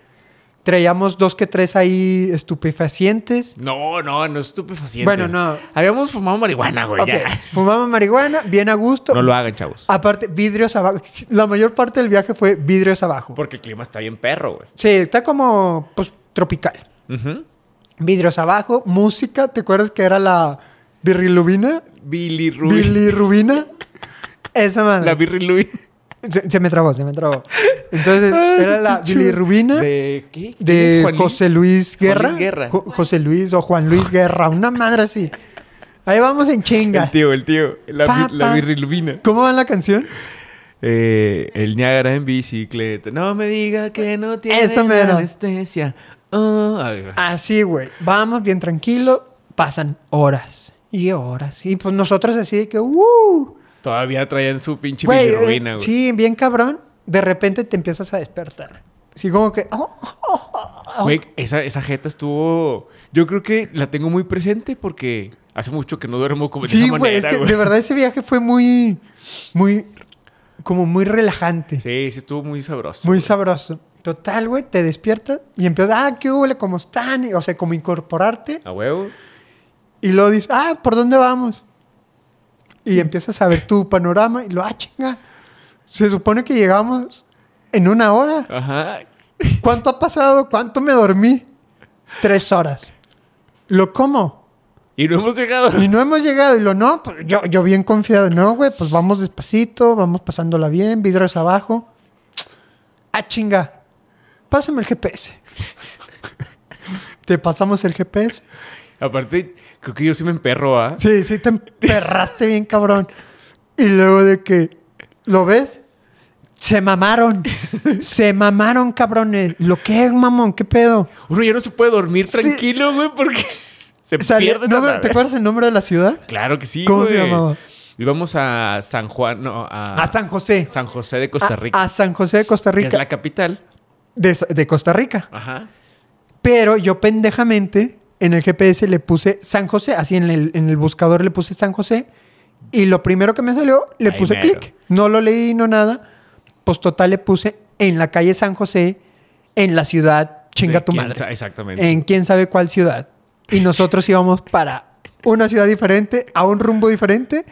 Speaker 2: Traíamos dos que tres ahí estupefacientes.
Speaker 1: No, no, no estupefacientes.
Speaker 2: Bueno, no.
Speaker 1: Habíamos fumado marihuana, güey.
Speaker 2: Ok,
Speaker 1: Pues
Speaker 2: Ah.
Speaker 1: ya.
Speaker 2: Fumamos marihuana, bien a gusto.
Speaker 1: No lo hagan, chavos.
Speaker 2: Aparte, vidrios abajo. La mayor parte del viaje fue vidrios abajo.
Speaker 1: Porque el clima está bien perro, güey.
Speaker 2: Sí, está como, pues, tropical.
Speaker 1: Ujú.
Speaker 2: Vidrios abajo, música, ¿te acuerdas que era la birrilubina?
Speaker 1: Billy Rubin.
Speaker 2: Bilirrubina. Esa madre.
Speaker 1: La Billy Rubin.
Speaker 2: se, se me trabó, se me trabó. Entonces, era la bilirrubina de,
Speaker 1: ¿De qué? ¿Quién es Juan
Speaker 2: José Luis Guerra.
Speaker 1: Juan Luis Guerra.
Speaker 2: Jo- José Luis o Juan Luis Guerra, una madre así. Ahí vamos en
Speaker 1: El
Speaker 2: chinga.
Speaker 1: tío, el tío. La,
Speaker 2: Pa,
Speaker 1: bi- la
Speaker 2: pa.
Speaker 1: birrilubina.
Speaker 2: ¿Cómo va la canción?
Speaker 1: Eh, el Niágara en bicicleta. No me diga que no tiene
Speaker 2: Eso Ah. mero.
Speaker 1: anestesia. Oh, ay, güey.
Speaker 2: Así, güey. Vamos bien tranquilo. Pasan horas y horas. Y pues nosotros así de que, ¡uh!
Speaker 1: Todavía traían su pinche
Speaker 2: Güey, eh,
Speaker 1: bilirrubina, güey.
Speaker 2: Sí, bien cabrón. De repente te empiezas a despertar. Así como que, "Oh,
Speaker 1: Güey, esa, esa jeta estuvo. Yo creo que la tengo muy presente porque hace mucho que no duermo como de
Speaker 2: Sí,
Speaker 1: esa
Speaker 2: güey, es
Speaker 1: manera,
Speaker 2: que
Speaker 1: güey.
Speaker 2: de verdad ese viaje fue muy, muy, como muy relajante,
Speaker 1: Sí, sí, estuvo muy sabroso.
Speaker 2: muy
Speaker 1: güey.
Speaker 2: sabroso. Total, güey, te despiertas y empiezas, ah, qué huele, cómo están, y, o sea, como incorporarte.
Speaker 1: A huevo.
Speaker 2: Y luego dices, ah, ¿por dónde vamos? Y empiezas a ver tu panorama y lo, ah, chinga, se supone que llegamos en una hora.
Speaker 1: Ajá.
Speaker 2: ¿Cuánto ha pasado? ¿Cuánto me dormí? Tres horas. ¿Lo como?
Speaker 1: Y no hemos llegado.
Speaker 2: Y no hemos llegado. Y lo no, pues yo, yo bien confiado. No, güey, pues vamos despacito, vamos pasándola bien, vidrios abajo. Ah, chinga. Pásame el GPS. Te pasamos el GPS.
Speaker 1: Aparte, creo que yo sí me emperro, ¿ah?
Speaker 2: Sí, sí, te emperraste bien, cabrón. Y luego de que, ¿lo ves? Se mamaron. Se mamaron, cabrones. ¿Lo que es, mamón? ¿Qué pedo?
Speaker 1: Uno ya no se puede dormir
Speaker 2: Sí.
Speaker 1: tranquilo, güey, porque se
Speaker 2: Salió-
Speaker 1: pierde.
Speaker 2: no,
Speaker 1: la
Speaker 2: ¿Te
Speaker 1: nave.
Speaker 2: acuerdas el nombre de la ciudad?
Speaker 1: Claro que sí,
Speaker 2: ¿Cómo se
Speaker 1: güey.
Speaker 2: llamaba?
Speaker 1: Íbamos a San Juan, no, Ah. a,
Speaker 2: A San José.
Speaker 1: San José de Costa
Speaker 2: A-
Speaker 1: Rica,
Speaker 2: A, San José de Costa
Speaker 1: que es
Speaker 2: Rica.
Speaker 1: la capital.
Speaker 2: De, Sa- de Costa Rica.
Speaker 1: Ajá.
Speaker 2: Pero yo pendejamente en el GPS le puse San José, así en el, en el buscador le puse San José. Y lo primero que me salió, le
Speaker 1: Ahí
Speaker 2: puse
Speaker 1: mero.
Speaker 2: clic. No lo leí, no nada. Pues total le puse en la calle San José, en la ciudad, chinga
Speaker 1: De
Speaker 2: tu
Speaker 1: quién
Speaker 2: madre.
Speaker 1: sa- Exactamente.
Speaker 2: En quién sabe cuál ciudad. Y nosotros íbamos para una ciudad diferente, a un rumbo diferente,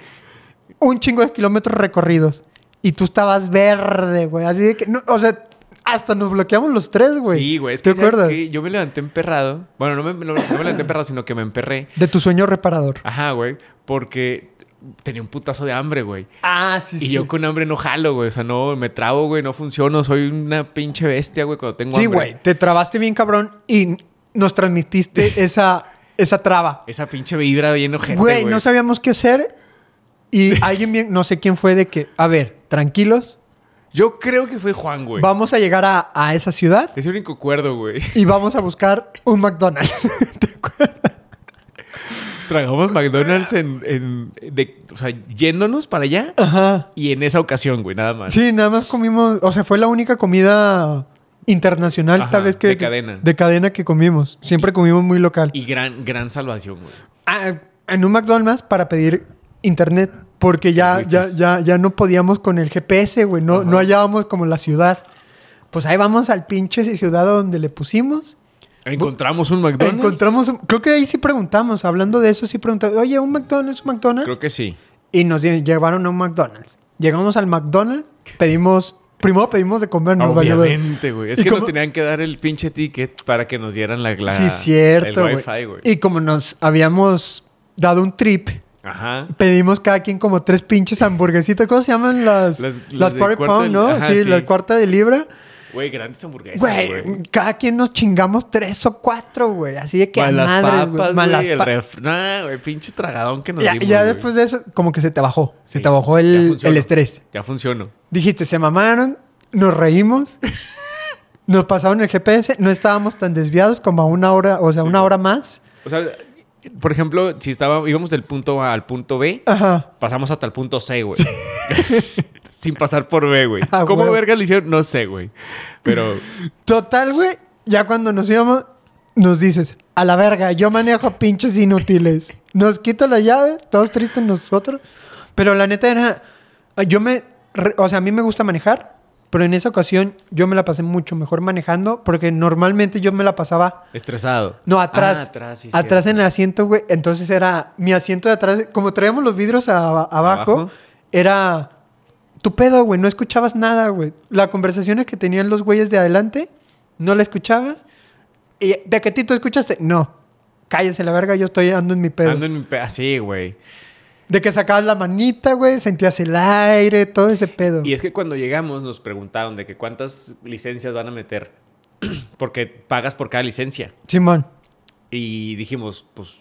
Speaker 2: un chingo de kilómetros recorridos. Y tú estabas verde, güey. Así de que, no, o sea, hasta nos bloqueamos los tres, güey.
Speaker 1: Sí, güey. Es
Speaker 2: ¿Te
Speaker 1: que, ¿sabes
Speaker 2: acuerdas?
Speaker 1: qué? yo me levanté emperrado. Bueno, no me, no- no me levanté emperrado, sino que me emperré.
Speaker 2: De tu sueño reparador.
Speaker 1: Ajá, güey. Porque tenía un putazo de hambre, güey.
Speaker 2: Ah, sí,
Speaker 1: Y yo con hambre no jalo, güey. O sea, no me trabo, güey. No funciono. Soy una pinche bestia, güey, cuando tengo
Speaker 2: Sí,
Speaker 1: hambre.
Speaker 2: güey. Te trabaste bien, cabrón. Y nos transmitiste esa, esa traba.
Speaker 1: Esa pinche vibra bien ojete, güey.
Speaker 2: Güey, no sabíamos qué hacer. Y alguien bien, no sé quién fue, de que, a ver, tranquilos,
Speaker 1: Yo creo que fue Juan, güey.
Speaker 2: vamos a llegar a, a esa ciudad.
Speaker 1: Es el único cuerdo, güey.
Speaker 2: y vamos a buscar un McDonald's. ¿Te acuerdas?
Speaker 1: Tragamos McDonald's en... en- de- o sea, yéndonos para allá.
Speaker 2: Ajá.
Speaker 1: Y en esa ocasión, güey, nada más.
Speaker 2: Sí, nada más comimos, o sea, fue la única comida internacional
Speaker 1: Ajá,
Speaker 2: tal vez que...
Speaker 1: de cadena.
Speaker 2: De cadena que comimos. Siempre comimos muy local.
Speaker 1: Y gran, gran salvación, güey.
Speaker 2: Ah, en un McDonald's para pedir internet, porque ya,
Speaker 1: Los
Speaker 2: ya,
Speaker 1: wifis.
Speaker 2: ya, ya no podíamos con el GPS, güey, no, no hallábamos como la ciudad. Pues ahí vamos al pinche ciudad donde le pusimos.
Speaker 1: Encontramos un McDonald's.
Speaker 2: Encontramos, un- creo que ahí sí preguntamos, hablando de eso sí preguntamos, oye, un McDonald's, un McDonald's.
Speaker 1: Creo que sí.
Speaker 2: Y nos lle- llevaron a un McDonald's. Llegamos al McDonald's, pedimos... Primero pedimos de comer, nos valió ver.
Speaker 1: Obviamente, güey. Es
Speaker 2: Y
Speaker 1: que
Speaker 2: como-
Speaker 1: nos tenían que dar el pinche ticket para que nos dieran la... la
Speaker 2: Sí, cierto,
Speaker 1: El
Speaker 2: güey.
Speaker 1: wifi, güey.
Speaker 2: Y como nos habíamos dado un trip,
Speaker 1: Ajá.
Speaker 2: pedimos cada quien como tres pinches hamburguesitas. ¿Cómo se llaman las?
Speaker 1: Las-
Speaker 2: Las,
Speaker 1: las de
Speaker 2: Party
Speaker 1: cuarta
Speaker 2: Pound,
Speaker 1: de-
Speaker 2: ¿no?
Speaker 1: ajá,
Speaker 2: sí,
Speaker 1: sí.
Speaker 2: la cuarta de libra.
Speaker 1: Güey, grandes hamburguesas,
Speaker 2: Güey, cada quien nos chingamos tres o cuatro, güey. Así de que a
Speaker 1: Más las
Speaker 2: madres,
Speaker 1: papas,
Speaker 2: güey.
Speaker 1: güey.
Speaker 2: Malas
Speaker 1: el
Speaker 2: pa-
Speaker 1: ref- Nah, güey, pinche tragadón que nos
Speaker 2: Ya,
Speaker 1: dimos,
Speaker 2: ya
Speaker 1: güey.
Speaker 2: después de eso, como que se te bajó. Se
Speaker 1: Sí,
Speaker 2: te bajó
Speaker 1: ya
Speaker 2: el,
Speaker 1: funcionó.
Speaker 2: el estrés.
Speaker 1: Ya funcionó.
Speaker 2: Dijiste, se mamaron, nos reímos, nos pasaron el GPS, no estábamos tan desviados como a una hora, o sea, una hora más.
Speaker 1: O sea, Por ejemplo, si estaba, íbamos del punto A al punto B,
Speaker 2: Ajá.
Speaker 1: pasamos hasta el punto C, güey. Sin pasar por B, güey.
Speaker 2: Ah,
Speaker 1: ¿Cómo
Speaker 2: güey.
Speaker 1: verga le hicieron? No sé, güey. Pero
Speaker 2: Total, güey. Ya cuando nos íbamos, nos dices, a la verga, yo manejo pinches inútiles. Nos quito las llaves, todos tristes nosotros. Pero la neta era, yo me, re- o sea, a mí me gusta manejar, pero en esa ocasión yo me la pasé mucho mejor manejando porque normalmente yo me la pasaba...
Speaker 1: estresado.
Speaker 2: No, atrás.
Speaker 1: Ah, atrás, sí,
Speaker 2: atrás
Speaker 1: cierto.
Speaker 2: en el asiento, güey. Entonces era mi asiento de atrás. Como traíamos los vidrios a- abajo,
Speaker 1: Abajo.
Speaker 2: era tu pedo, güey. No escuchabas nada, güey. Las conversaciones que tenían los güeyes de adelante, no la escuchabas. Y, ¿De qué tú escuchaste? No. Cállese la verga, yo estoy ando en mi pedo.
Speaker 1: Ando en mi pe- así, güey.
Speaker 2: De que sacabas la manita, güey, sentías el aire, todo ese pedo.
Speaker 1: Y es que cuando llegamos nos preguntaron de que cuántas licencias van a meter. Porque pagas por cada licencia.
Speaker 2: Simón,
Speaker 1: Y dijimos, pues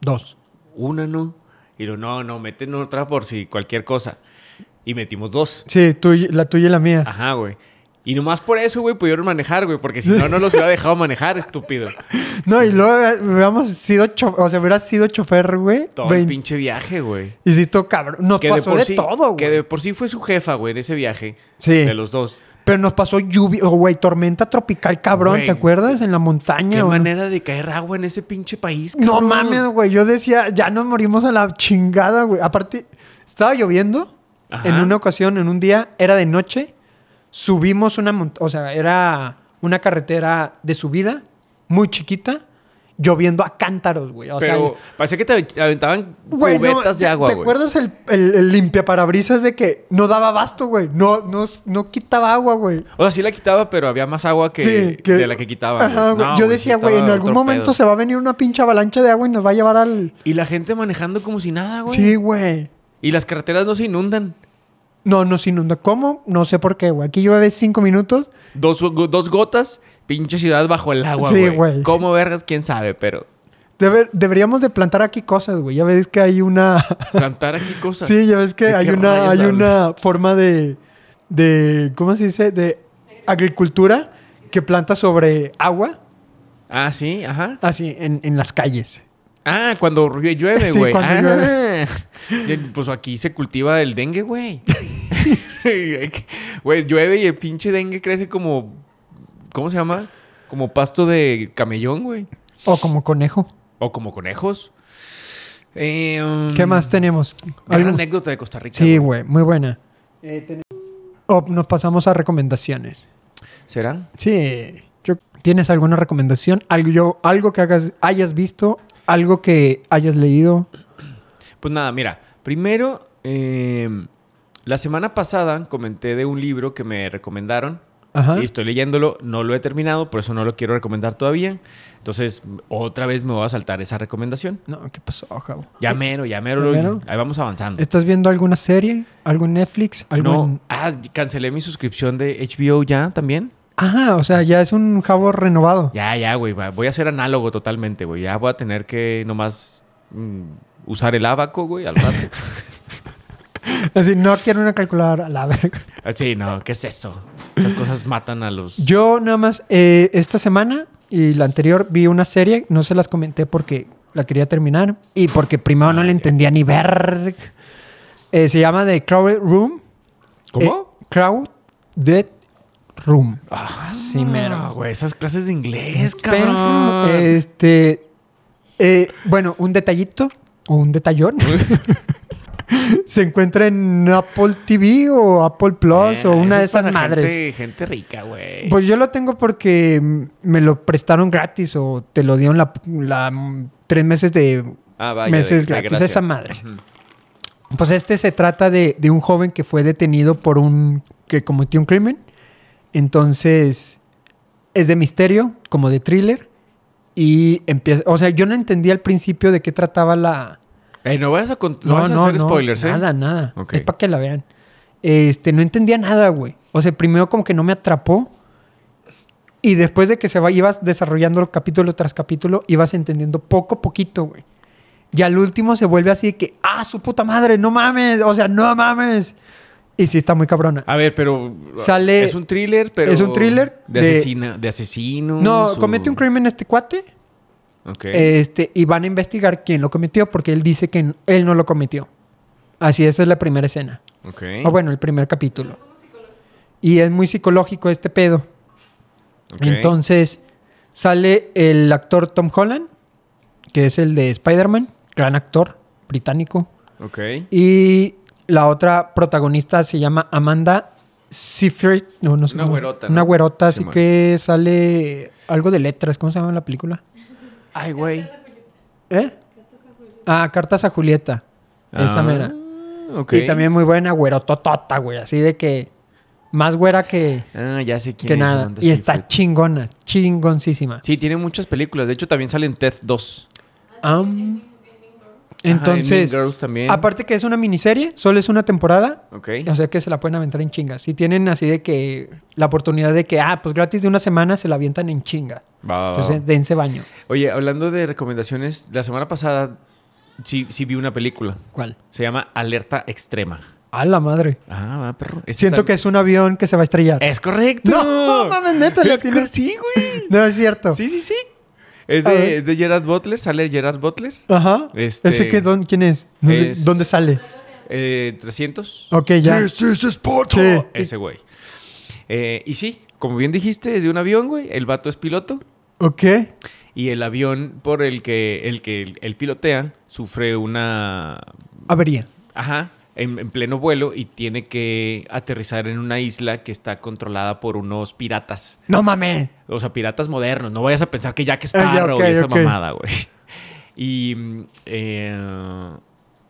Speaker 2: dos.
Speaker 1: una no. Y lo no, no, meten otra por si cualquier cosa. Y metimos dos.
Speaker 2: Sí, tú y- la tuya y la mía.
Speaker 1: Ajá, güey. Y nomás por eso, güey, pudieron manejar, güey. Porque si no, no los hubiera dejado manejar, estúpido.
Speaker 2: No, y luego eh, hubiéramos sido, cho- o sea, hubieras sido chofer, güey.
Speaker 1: Todo el
Speaker 2: vein-
Speaker 1: pinche viaje, güey.
Speaker 2: Hiciste cabrón. Nos pasó de,
Speaker 1: sí,
Speaker 2: todo, güey.
Speaker 1: Que de por sí fue su jefa, güey, en ese viaje.
Speaker 2: Sí.
Speaker 1: De los dos.
Speaker 2: Pero nos pasó lluvia, oh, güey, tormenta tropical, cabrón,
Speaker 1: Güey.
Speaker 2: ¿te acuerdas? En la montaña,
Speaker 1: Qué
Speaker 2: güey.
Speaker 1: manera de caer agua en ese pinche país,
Speaker 2: No
Speaker 1: cabrón.
Speaker 2: mames, güey. Yo decía, ya nos morimos a la chingada, güey. Aparte, estaba lloviendo.
Speaker 1: Ajá.
Speaker 2: En una ocasión, en un día, era de noche. Subimos una montaña, o sea, era una carretera de subida, muy chiquita, lloviendo a cántaros, güey. O sea,
Speaker 1: Pero parecía que te aventaban
Speaker 2: Güey, no,
Speaker 1: cubetas de
Speaker 2: ¿te-
Speaker 1: agua,
Speaker 2: ¿Te
Speaker 1: güey.
Speaker 2: acuerdas el, el, el limpiaparabrisas de que no daba abasto, güey? No, no, no quitaba agua, güey.
Speaker 1: O sea, sí la quitaba, pero había más agua que,
Speaker 2: Sí, que-
Speaker 1: de la que quitaba.
Speaker 2: Ajá, güey. Yo decía, güey, en algún momento se va a venir una pinche avalancha de agua y nos va a llevar al...
Speaker 1: Y la gente manejando como si nada, Ah, güey.
Speaker 2: Sí, güey.
Speaker 1: Y las carreteras no se inundan.
Speaker 2: No, nos inunda. ¿Cómo? No sé por qué, güey. Aquí llueve cinco minutos.
Speaker 1: Dos, go- dos gotas, pinche ciudad bajo el agua,
Speaker 2: Sí,
Speaker 1: güey.
Speaker 2: güey.
Speaker 1: ¿Cómo vergas? ¿Quién sabe? Pero
Speaker 2: Debe- deberíamos de plantar aquí cosas, güey. Ya ves que hay una...
Speaker 1: plantar aquí cosas.
Speaker 2: sí, ya ves que
Speaker 1: ¿De
Speaker 2: hay
Speaker 1: qué
Speaker 2: una,
Speaker 1: rayos
Speaker 2: hay una
Speaker 1: hablas?
Speaker 2: forma de, de... ¿Cómo se dice? De agricultura que planta sobre agua.
Speaker 1: Ah, sí, ajá.
Speaker 2: Así, en, en las calles.
Speaker 1: Ah, cuando llue- llueve,
Speaker 2: Sí,
Speaker 1: güey.
Speaker 2: cuando
Speaker 1: Ah.
Speaker 2: llueve.
Speaker 1: Y, Pues aquí se cultiva el dengue, güey. Sí, güey, que- Güey, llueve y el pinche dengue crece como. ¿Cómo se llama? Como pasto de camellón, güey.
Speaker 2: O como conejo.
Speaker 1: O como conejos. Eh, um,
Speaker 2: ¿Qué más tenemos?
Speaker 1: Gran
Speaker 2: ¿Algo?
Speaker 1: anécdota de Costa Rica. güey.
Speaker 2: Sí, güey. Muy buena. O nos pasamos a recomendaciones.
Speaker 1: ¿Será?
Speaker 2: Sí. Yo- ¿Tienes alguna recomendación? ¿Algo, yo- algo que hagas, hayas visto? ¿Algo que hayas leído?
Speaker 1: Pues nada, mira. Primero, eh, la semana pasada comenté de un libro que me recomendaron.
Speaker 2: Ajá.
Speaker 1: Y estoy leyéndolo, no lo he terminado, por eso no lo quiero recomendar todavía. Entonces, otra vez me voy a saltar esa recomendación.
Speaker 2: No, ¿qué pasó, jabo?
Speaker 1: Ya mero, ya mero.
Speaker 2: ¿Ya mero?
Speaker 1: Ahí vamos avanzando.
Speaker 2: ¿Estás viendo alguna serie? ¿Algo en Netflix? ¿Algo
Speaker 1: No,
Speaker 2: en-
Speaker 1: ah, cancelé mi suscripción de HBO ya también.
Speaker 2: Ah, o sea, ya es un jabo renovado.
Speaker 1: Ya, ya, güey. va- Voy a ser análogo totalmente, güey. Ya voy a tener que nomás mm, usar el abaco, güey, al rato.
Speaker 2: Así, no quiero una calculadora. a La verga.
Speaker 1: Ah, sí, no, ¿qué es eso? Esas cosas matan a los.
Speaker 2: Yo nada más, eh, esta semana y la anterior vi una serie, no se las comenté porque la quería terminar y porque primero no la entendía ni ver. Eh, se llama The Crowded Room.
Speaker 1: ¿Cómo?
Speaker 2: Eh, Crowded Room.
Speaker 1: ah,
Speaker 2: eh, sí, mero.
Speaker 1: güey. Esas clases de inglés, cabrón.
Speaker 2: Pero, Este, eh, bueno, un detallito o un detallón. se encuentra en Apple TV o Apple Plus o
Speaker 1: Eh,
Speaker 2: una
Speaker 1: eso
Speaker 2: de
Speaker 1: es para
Speaker 2: esas madres.
Speaker 1: Gente, gente rica, güey.
Speaker 2: Pues yo lo tengo porque mm, me lo prestaron gratis o te lo dieron la, la, mm, tres meses de
Speaker 1: Ah, vaya, de-
Speaker 2: meses
Speaker 1: de
Speaker 2: gratis.
Speaker 1: gracia.
Speaker 2: Esa madre.
Speaker 1: Ujú.
Speaker 2: Pues este se trata de, de un joven que fue detenido por un que cometió un crimen. Entonces es de misterio, como de thriller. Y empieza, o sea, yo no entendía al principio de qué trataba la,
Speaker 1: Eh, no vayas a, cont- no vayas a hacer spoilers, ¿eh?
Speaker 2: Nada, nada.
Speaker 1: Ok.
Speaker 2: Es para que la vean. Este, no entendía nada, güey. O sea, primero como que no me atrapó. Y después de que se va, ibas desarrollando el capítulo tras capítulo, ibas entendiendo poco a poquito, güey. Y al último se vuelve así de que, ah, su puta madre, no mames, o sea, no mames. Y sí, está muy cabrona.
Speaker 1: A ver, pero.
Speaker 2: Sale-
Speaker 1: Es un thriller, pero.
Speaker 2: es un thriller
Speaker 1: De,
Speaker 2: de-
Speaker 1: asesina, de asesino.
Speaker 2: No, comete un crimen este cuate
Speaker 1: Ok.
Speaker 2: Este, y van a investigar quién lo cometió porque él dice que n- él no lo cometió. Así, esa es la primera escena.
Speaker 1: ok.
Speaker 2: O ah, bueno, el primer capítulo. Y es muy psicológico este pedo.
Speaker 1: ok.
Speaker 2: Entonces sale el actor Tom Holland, que es el de Spider-Man, gran actor británico.
Speaker 1: Ok.
Speaker 2: Y la otra protagonista se llama Amanda Seyfried. No, no sé
Speaker 1: Una
Speaker 2: cómo-
Speaker 1: güerota,
Speaker 2: Una
Speaker 1: ¿no?
Speaker 2: güerota, así
Speaker 1: Simón.
Speaker 2: que sale algo de letras. ¿Cómo se llama la película?
Speaker 4: Ay, güey.
Speaker 2: ¿Eh? Ah, Cartas a Julieta. Esa
Speaker 1: Ah,
Speaker 2: mera.
Speaker 1: Ok.
Speaker 2: Y también muy buena, güerototota, güey. Así de que más güera que,
Speaker 1: Ah, ya sé quién
Speaker 2: que
Speaker 1: es
Speaker 2: nada.
Speaker 1: Amanda
Speaker 2: Y está
Speaker 1: Seyfried.
Speaker 2: chingona, chingoncísima.
Speaker 1: Sí, tiene muchas películas. De hecho, también sale en Ted 2.
Speaker 2: Am,
Speaker 1: Ajá, en
Speaker 2: entonces,
Speaker 1: Mean Girls también.
Speaker 2: aparte que es una miniserie, solo es una temporada.
Speaker 1: Ok.
Speaker 2: O sea que se la pueden aventar en chinga. Si tienen así de que la oportunidad de que, ah, pues gratis de una semana, se la avientan en chinga.
Speaker 1: Va, va, va.
Speaker 2: Entonces, dense baño.
Speaker 1: Oye, hablando de recomendaciones, la semana pasada sí, sí vi una película.
Speaker 2: ¿Cuál?
Speaker 1: Se llama Alerta Extrema.
Speaker 2: A la madre.
Speaker 1: Ah, va, perro. Esta
Speaker 2: Siento
Speaker 1: está-
Speaker 2: que es un avión que se va a estrellar.
Speaker 1: ¡Es correcto!
Speaker 2: No, mames, neta, la
Speaker 1: Es
Speaker 2: tiene-
Speaker 1: cor- Sí, güey.
Speaker 2: No es cierto.
Speaker 1: Sí, sí, sí. Es
Speaker 2: A
Speaker 1: de,
Speaker 2: ver.
Speaker 1: de Gerard Butler. Sale Gerard Butler.
Speaker 2: Ajá.
Speaker 1: Este-
Speaker 2: ¿Ese que, don, quién es? No sé,
Speaker 1: Es-
Speaker 2: ¿Dónde sale?
Speaker 1: Eh, 300.
Speaker 2: Ok, ya.
Speaker 1: es Sparta.
Speaker 2: Sí.
Speaker 1: Ese güey. Eh, y sí, como bien dijiste, es de un avión, güey. El vato es piloto.
Speaker 2: Ok.
Speaker 1: Y el avión por el que el que él- él pilotea sufre una.
Speaker 2: Avería.
Speaker 1: Ajá. En, en pleno vuelo y tiene que aterrizar en una isla que está controlada por unos piratas.
Speaker 2: No mames.
Speaker 1: O sea, piratas modernos. No vayas a pensar que Jack
Speaker 2: Ah, ya,
Speaker 1: Sparrow
Speaker 2: ok,
Speaker 1: y esa
Speaker 2: ok.
Speaker 1: mamada, güey. Y. mm, eh,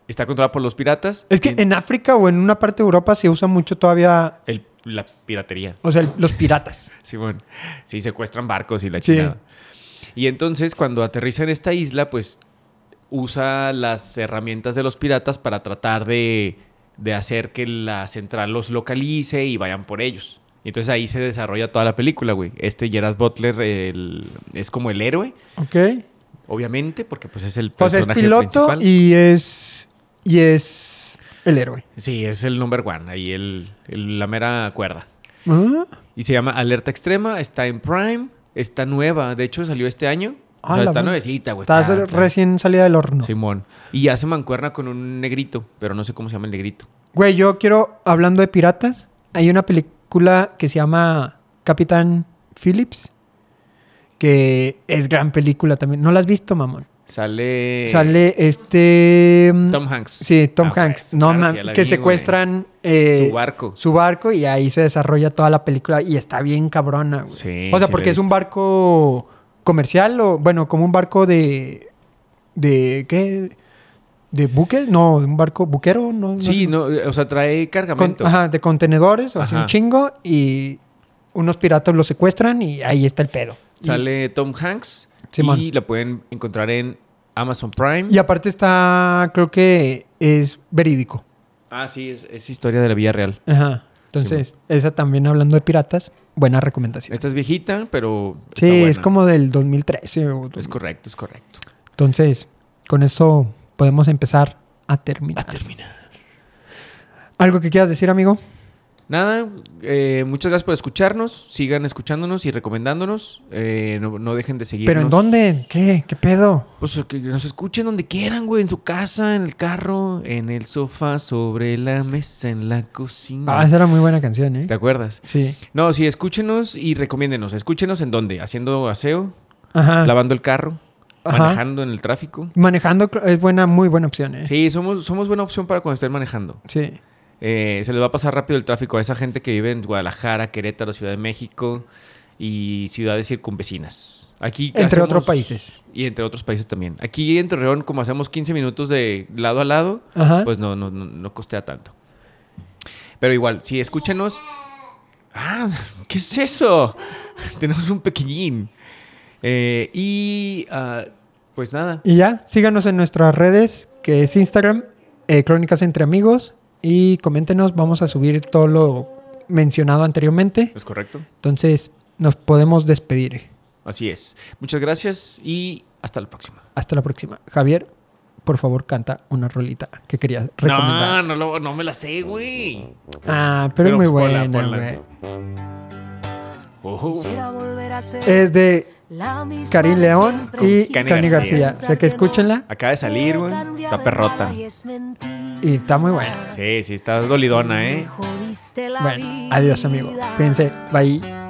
Speaker 1: está controlada por los piratas.
Speaker 2: Es que
Speaker 1: Tien-
Speaker 2: en África o en una parte de Europa se usa mucho todavía,
Speaker 1: el- la piratería.
Speaker 2: o sea, el- los piratas.
Speaker 1: Sí, bueno. Sí, secuestran barcos y la
Speaker 2: Sí.
Speaker 1: chingada. Y entonces, cuando aterriza en esta isla, pues usa las herramientas de los piratas para tratar de, de hacer que la central los localice y vayan por ellos. Y entonces ahí se desarrolla toda la película, güey. Este Gerard Butler el- es como el héroe,
Speaker 2: Ok.
Speaker 1: obviamente, porque pues es el
Speaker 2: O sea, es
Speaker 1: personaje
Speaker 2: piloto
Speaker 1: principal.
Speaker 2: y es. Y es el héroe.
Speaker 1: Sí, es el number one, ahí el- el- la mera cuerda.
Speaker 2: Ah,
Speaker 1: Y se llama Alerta Extrema, está en Prime, está nueva, de hecho salió este año. O
Speaker 2: Ah,
Speaker 1: sea,
Speaker 2: la
Speaker 1: está
Speaker 2: madre.
Speaker 1: nuevecita, güey.
Speaker 2: Estás
Speaker 1: está- está-
Speaker 2: recién salida del horno.
Speaker 1: Simón. Y hace mancuerna con un negrito, pero no sé cómo se llama el negrito.
Speaker 2: Güey, yo quiero, hablando de piratas, hay una película que se llama Capitán Phillips, que es gran película también. ¿No la has visto, mamón?
Speaker 1: Sale.
Speaker 2: Sale este... mm,
Speaker 1: Tom Hanks.
Speaker 2: Sí, Tom
Speaker 1: Ah, güey,
Speaker 2: Hanks.
Speaker 1: claro
Speaker 2: no,
Speaker 1: que
Speaker 2: ma-
Speaker 1: ya la
Speaker 2: que,
Speaker 1: vi,
Speaker 2: secuestran
Speaker 1: güey.
Speaker 2: eh,
Speaker 1: Su barco.
Speaker 2: su barco y ahí se desarrolla toda la película y está bien cabrona, güey.
Speaker 1: Sí,
Speaker 2: o sea,
Speaker 1: sí la he
Speaker 2: porque es un
Speaker 1: visto.
Speaker 2: barco comercial o, bueno, como un barco de... de ¿Qué? ¿De buque? No, de un barco buquero, no. no
Speaker 1: Sí,
Speaker 2: sé.
Speaker 1: no, o sea, trae
Speaker 2: Con-
Speaker 1: cargamento.
Speaker 2: ajá, de contenedores, o sea,
Speaker 1: Ajá.
Speaker 2: un chingo y unos piratas lo secuestran y ahí está el pedo. Y-
Speaker 1: Sale Tom Hanks.
Speaker 2: Simón.
Speaker 1: Y la pueden encontrar en Amazon Prime.
Speaker 2: y aparte está, creo que es verídico.
Speaker 1: Ah, sí, es, es historia de la vida real.
Speaker 2: Ajá. Entonces, esa también hablando de piratas, buena recomendación.
Speaker 1: Esta es viejita, pero. está
Speaker 2: sí, es
Speaker 1: buena.
Speaker 2: como del 2013. o-
Speaker 1: Es correcto, es correcto.
Speaker 2: Entonces, con eso podemos empezar a terminar.
Speaker 1: Termina.
Speaker 2: ¿Algo que quieras decir, amigo?
Speaker 1: Nada, eh, muchas gracias por escucharnos. Sigan escuchándonos y recomendándonos. Eh, no, no dejen de seguirnos.
Speaker 2: ¿Pero en dónde? ¿Qué? ¿Qué pedo?
Speaker 1: Pues que nos escuchen donde quieran, güey. En su casa, en el carro, en el sofá, sobre la mesa, en la cocina.
Speaker 2: Ah, esa era muy buena canción, ¿eh?
Speaker 1: Mm. ¿Te acuerdas?
Speaker 2: Sí.
Speaker 1: No, sí, escúchenos y recomiéndenos. Escúchenos en dónde. Haciendo aseo,
Speaker 2: Ajá.
Speaker 1: lavando el carro,
Speaker 2: Ah. Ajá.
Speaker 1: manejando en el tráfico.
Speaker 2: Manejando cl- es buena, muy buena opción, ¿eh?
Speaker 1: Sí, somos, somos buena opción para cuando estén manejando.
Speaker 2: Sí.
Speaker 1: Eh, se les va a pasar rápido el tráfico a esa gente que vive en Guadalajara, Querétaro, Ciudad de México y ciudades circunvecinas. Aquí
Speaker 2: Entre
Speaker 1: hacemos-
Speaker 2: otros países.
Speaker 1: Y entre otros países también. Aquí en Torreón, como hacemos 15 minutos de lado a lado,
Speaker 2: Ajá.
Speaker 1: pues no, no, no, no costea tanto. Pero igual, sí, escúchenos. Ah, ¿qué es eso? Tenemos un pequeñín. Eh, y ah, pues nada.
Speaker 2: Y ya, síganos en nuestras redes, que es Instagram, eh, Crónicas Entre Amigos, y coméntenos, vamos a subir todo lo mencionado anteriormente.
Speaker 1: Es correcto.
Speaker 2: Entonces, nos podemos despedir.
Speaker 1: Así es. Muchas gracias y hasta la próxima.
Speaker 2: Hasta la próxima. Javier, por favor, canta una rolita que quería recomendar.
Speaker 1: No, no, lo- no me la sé, güey.
Speaker 2: Ah, pero, es muy
Speaker 1: pues,
Speaker 2: buena,
Speaker 1: ponla, ponla.
Speaker 2: güey.
Speaker 1: Ojo.
Speaker 5: Quisiera volver a ser
Speaker 2: Es de Karim León y
Speaker 1: Cani
Speaker 2: Cani,
Speaker 1: García.
Speaker 2: García. O sea que escúchenla
Speaker 1: Acaba de salir, güey. Está perrota.
Speaker 2: y está muy buena.
Speaker 1: Sí, sí, está dolidona, ¿eh?
Speaker 2: Bueno, adiós amigo. Cuídense. Bye.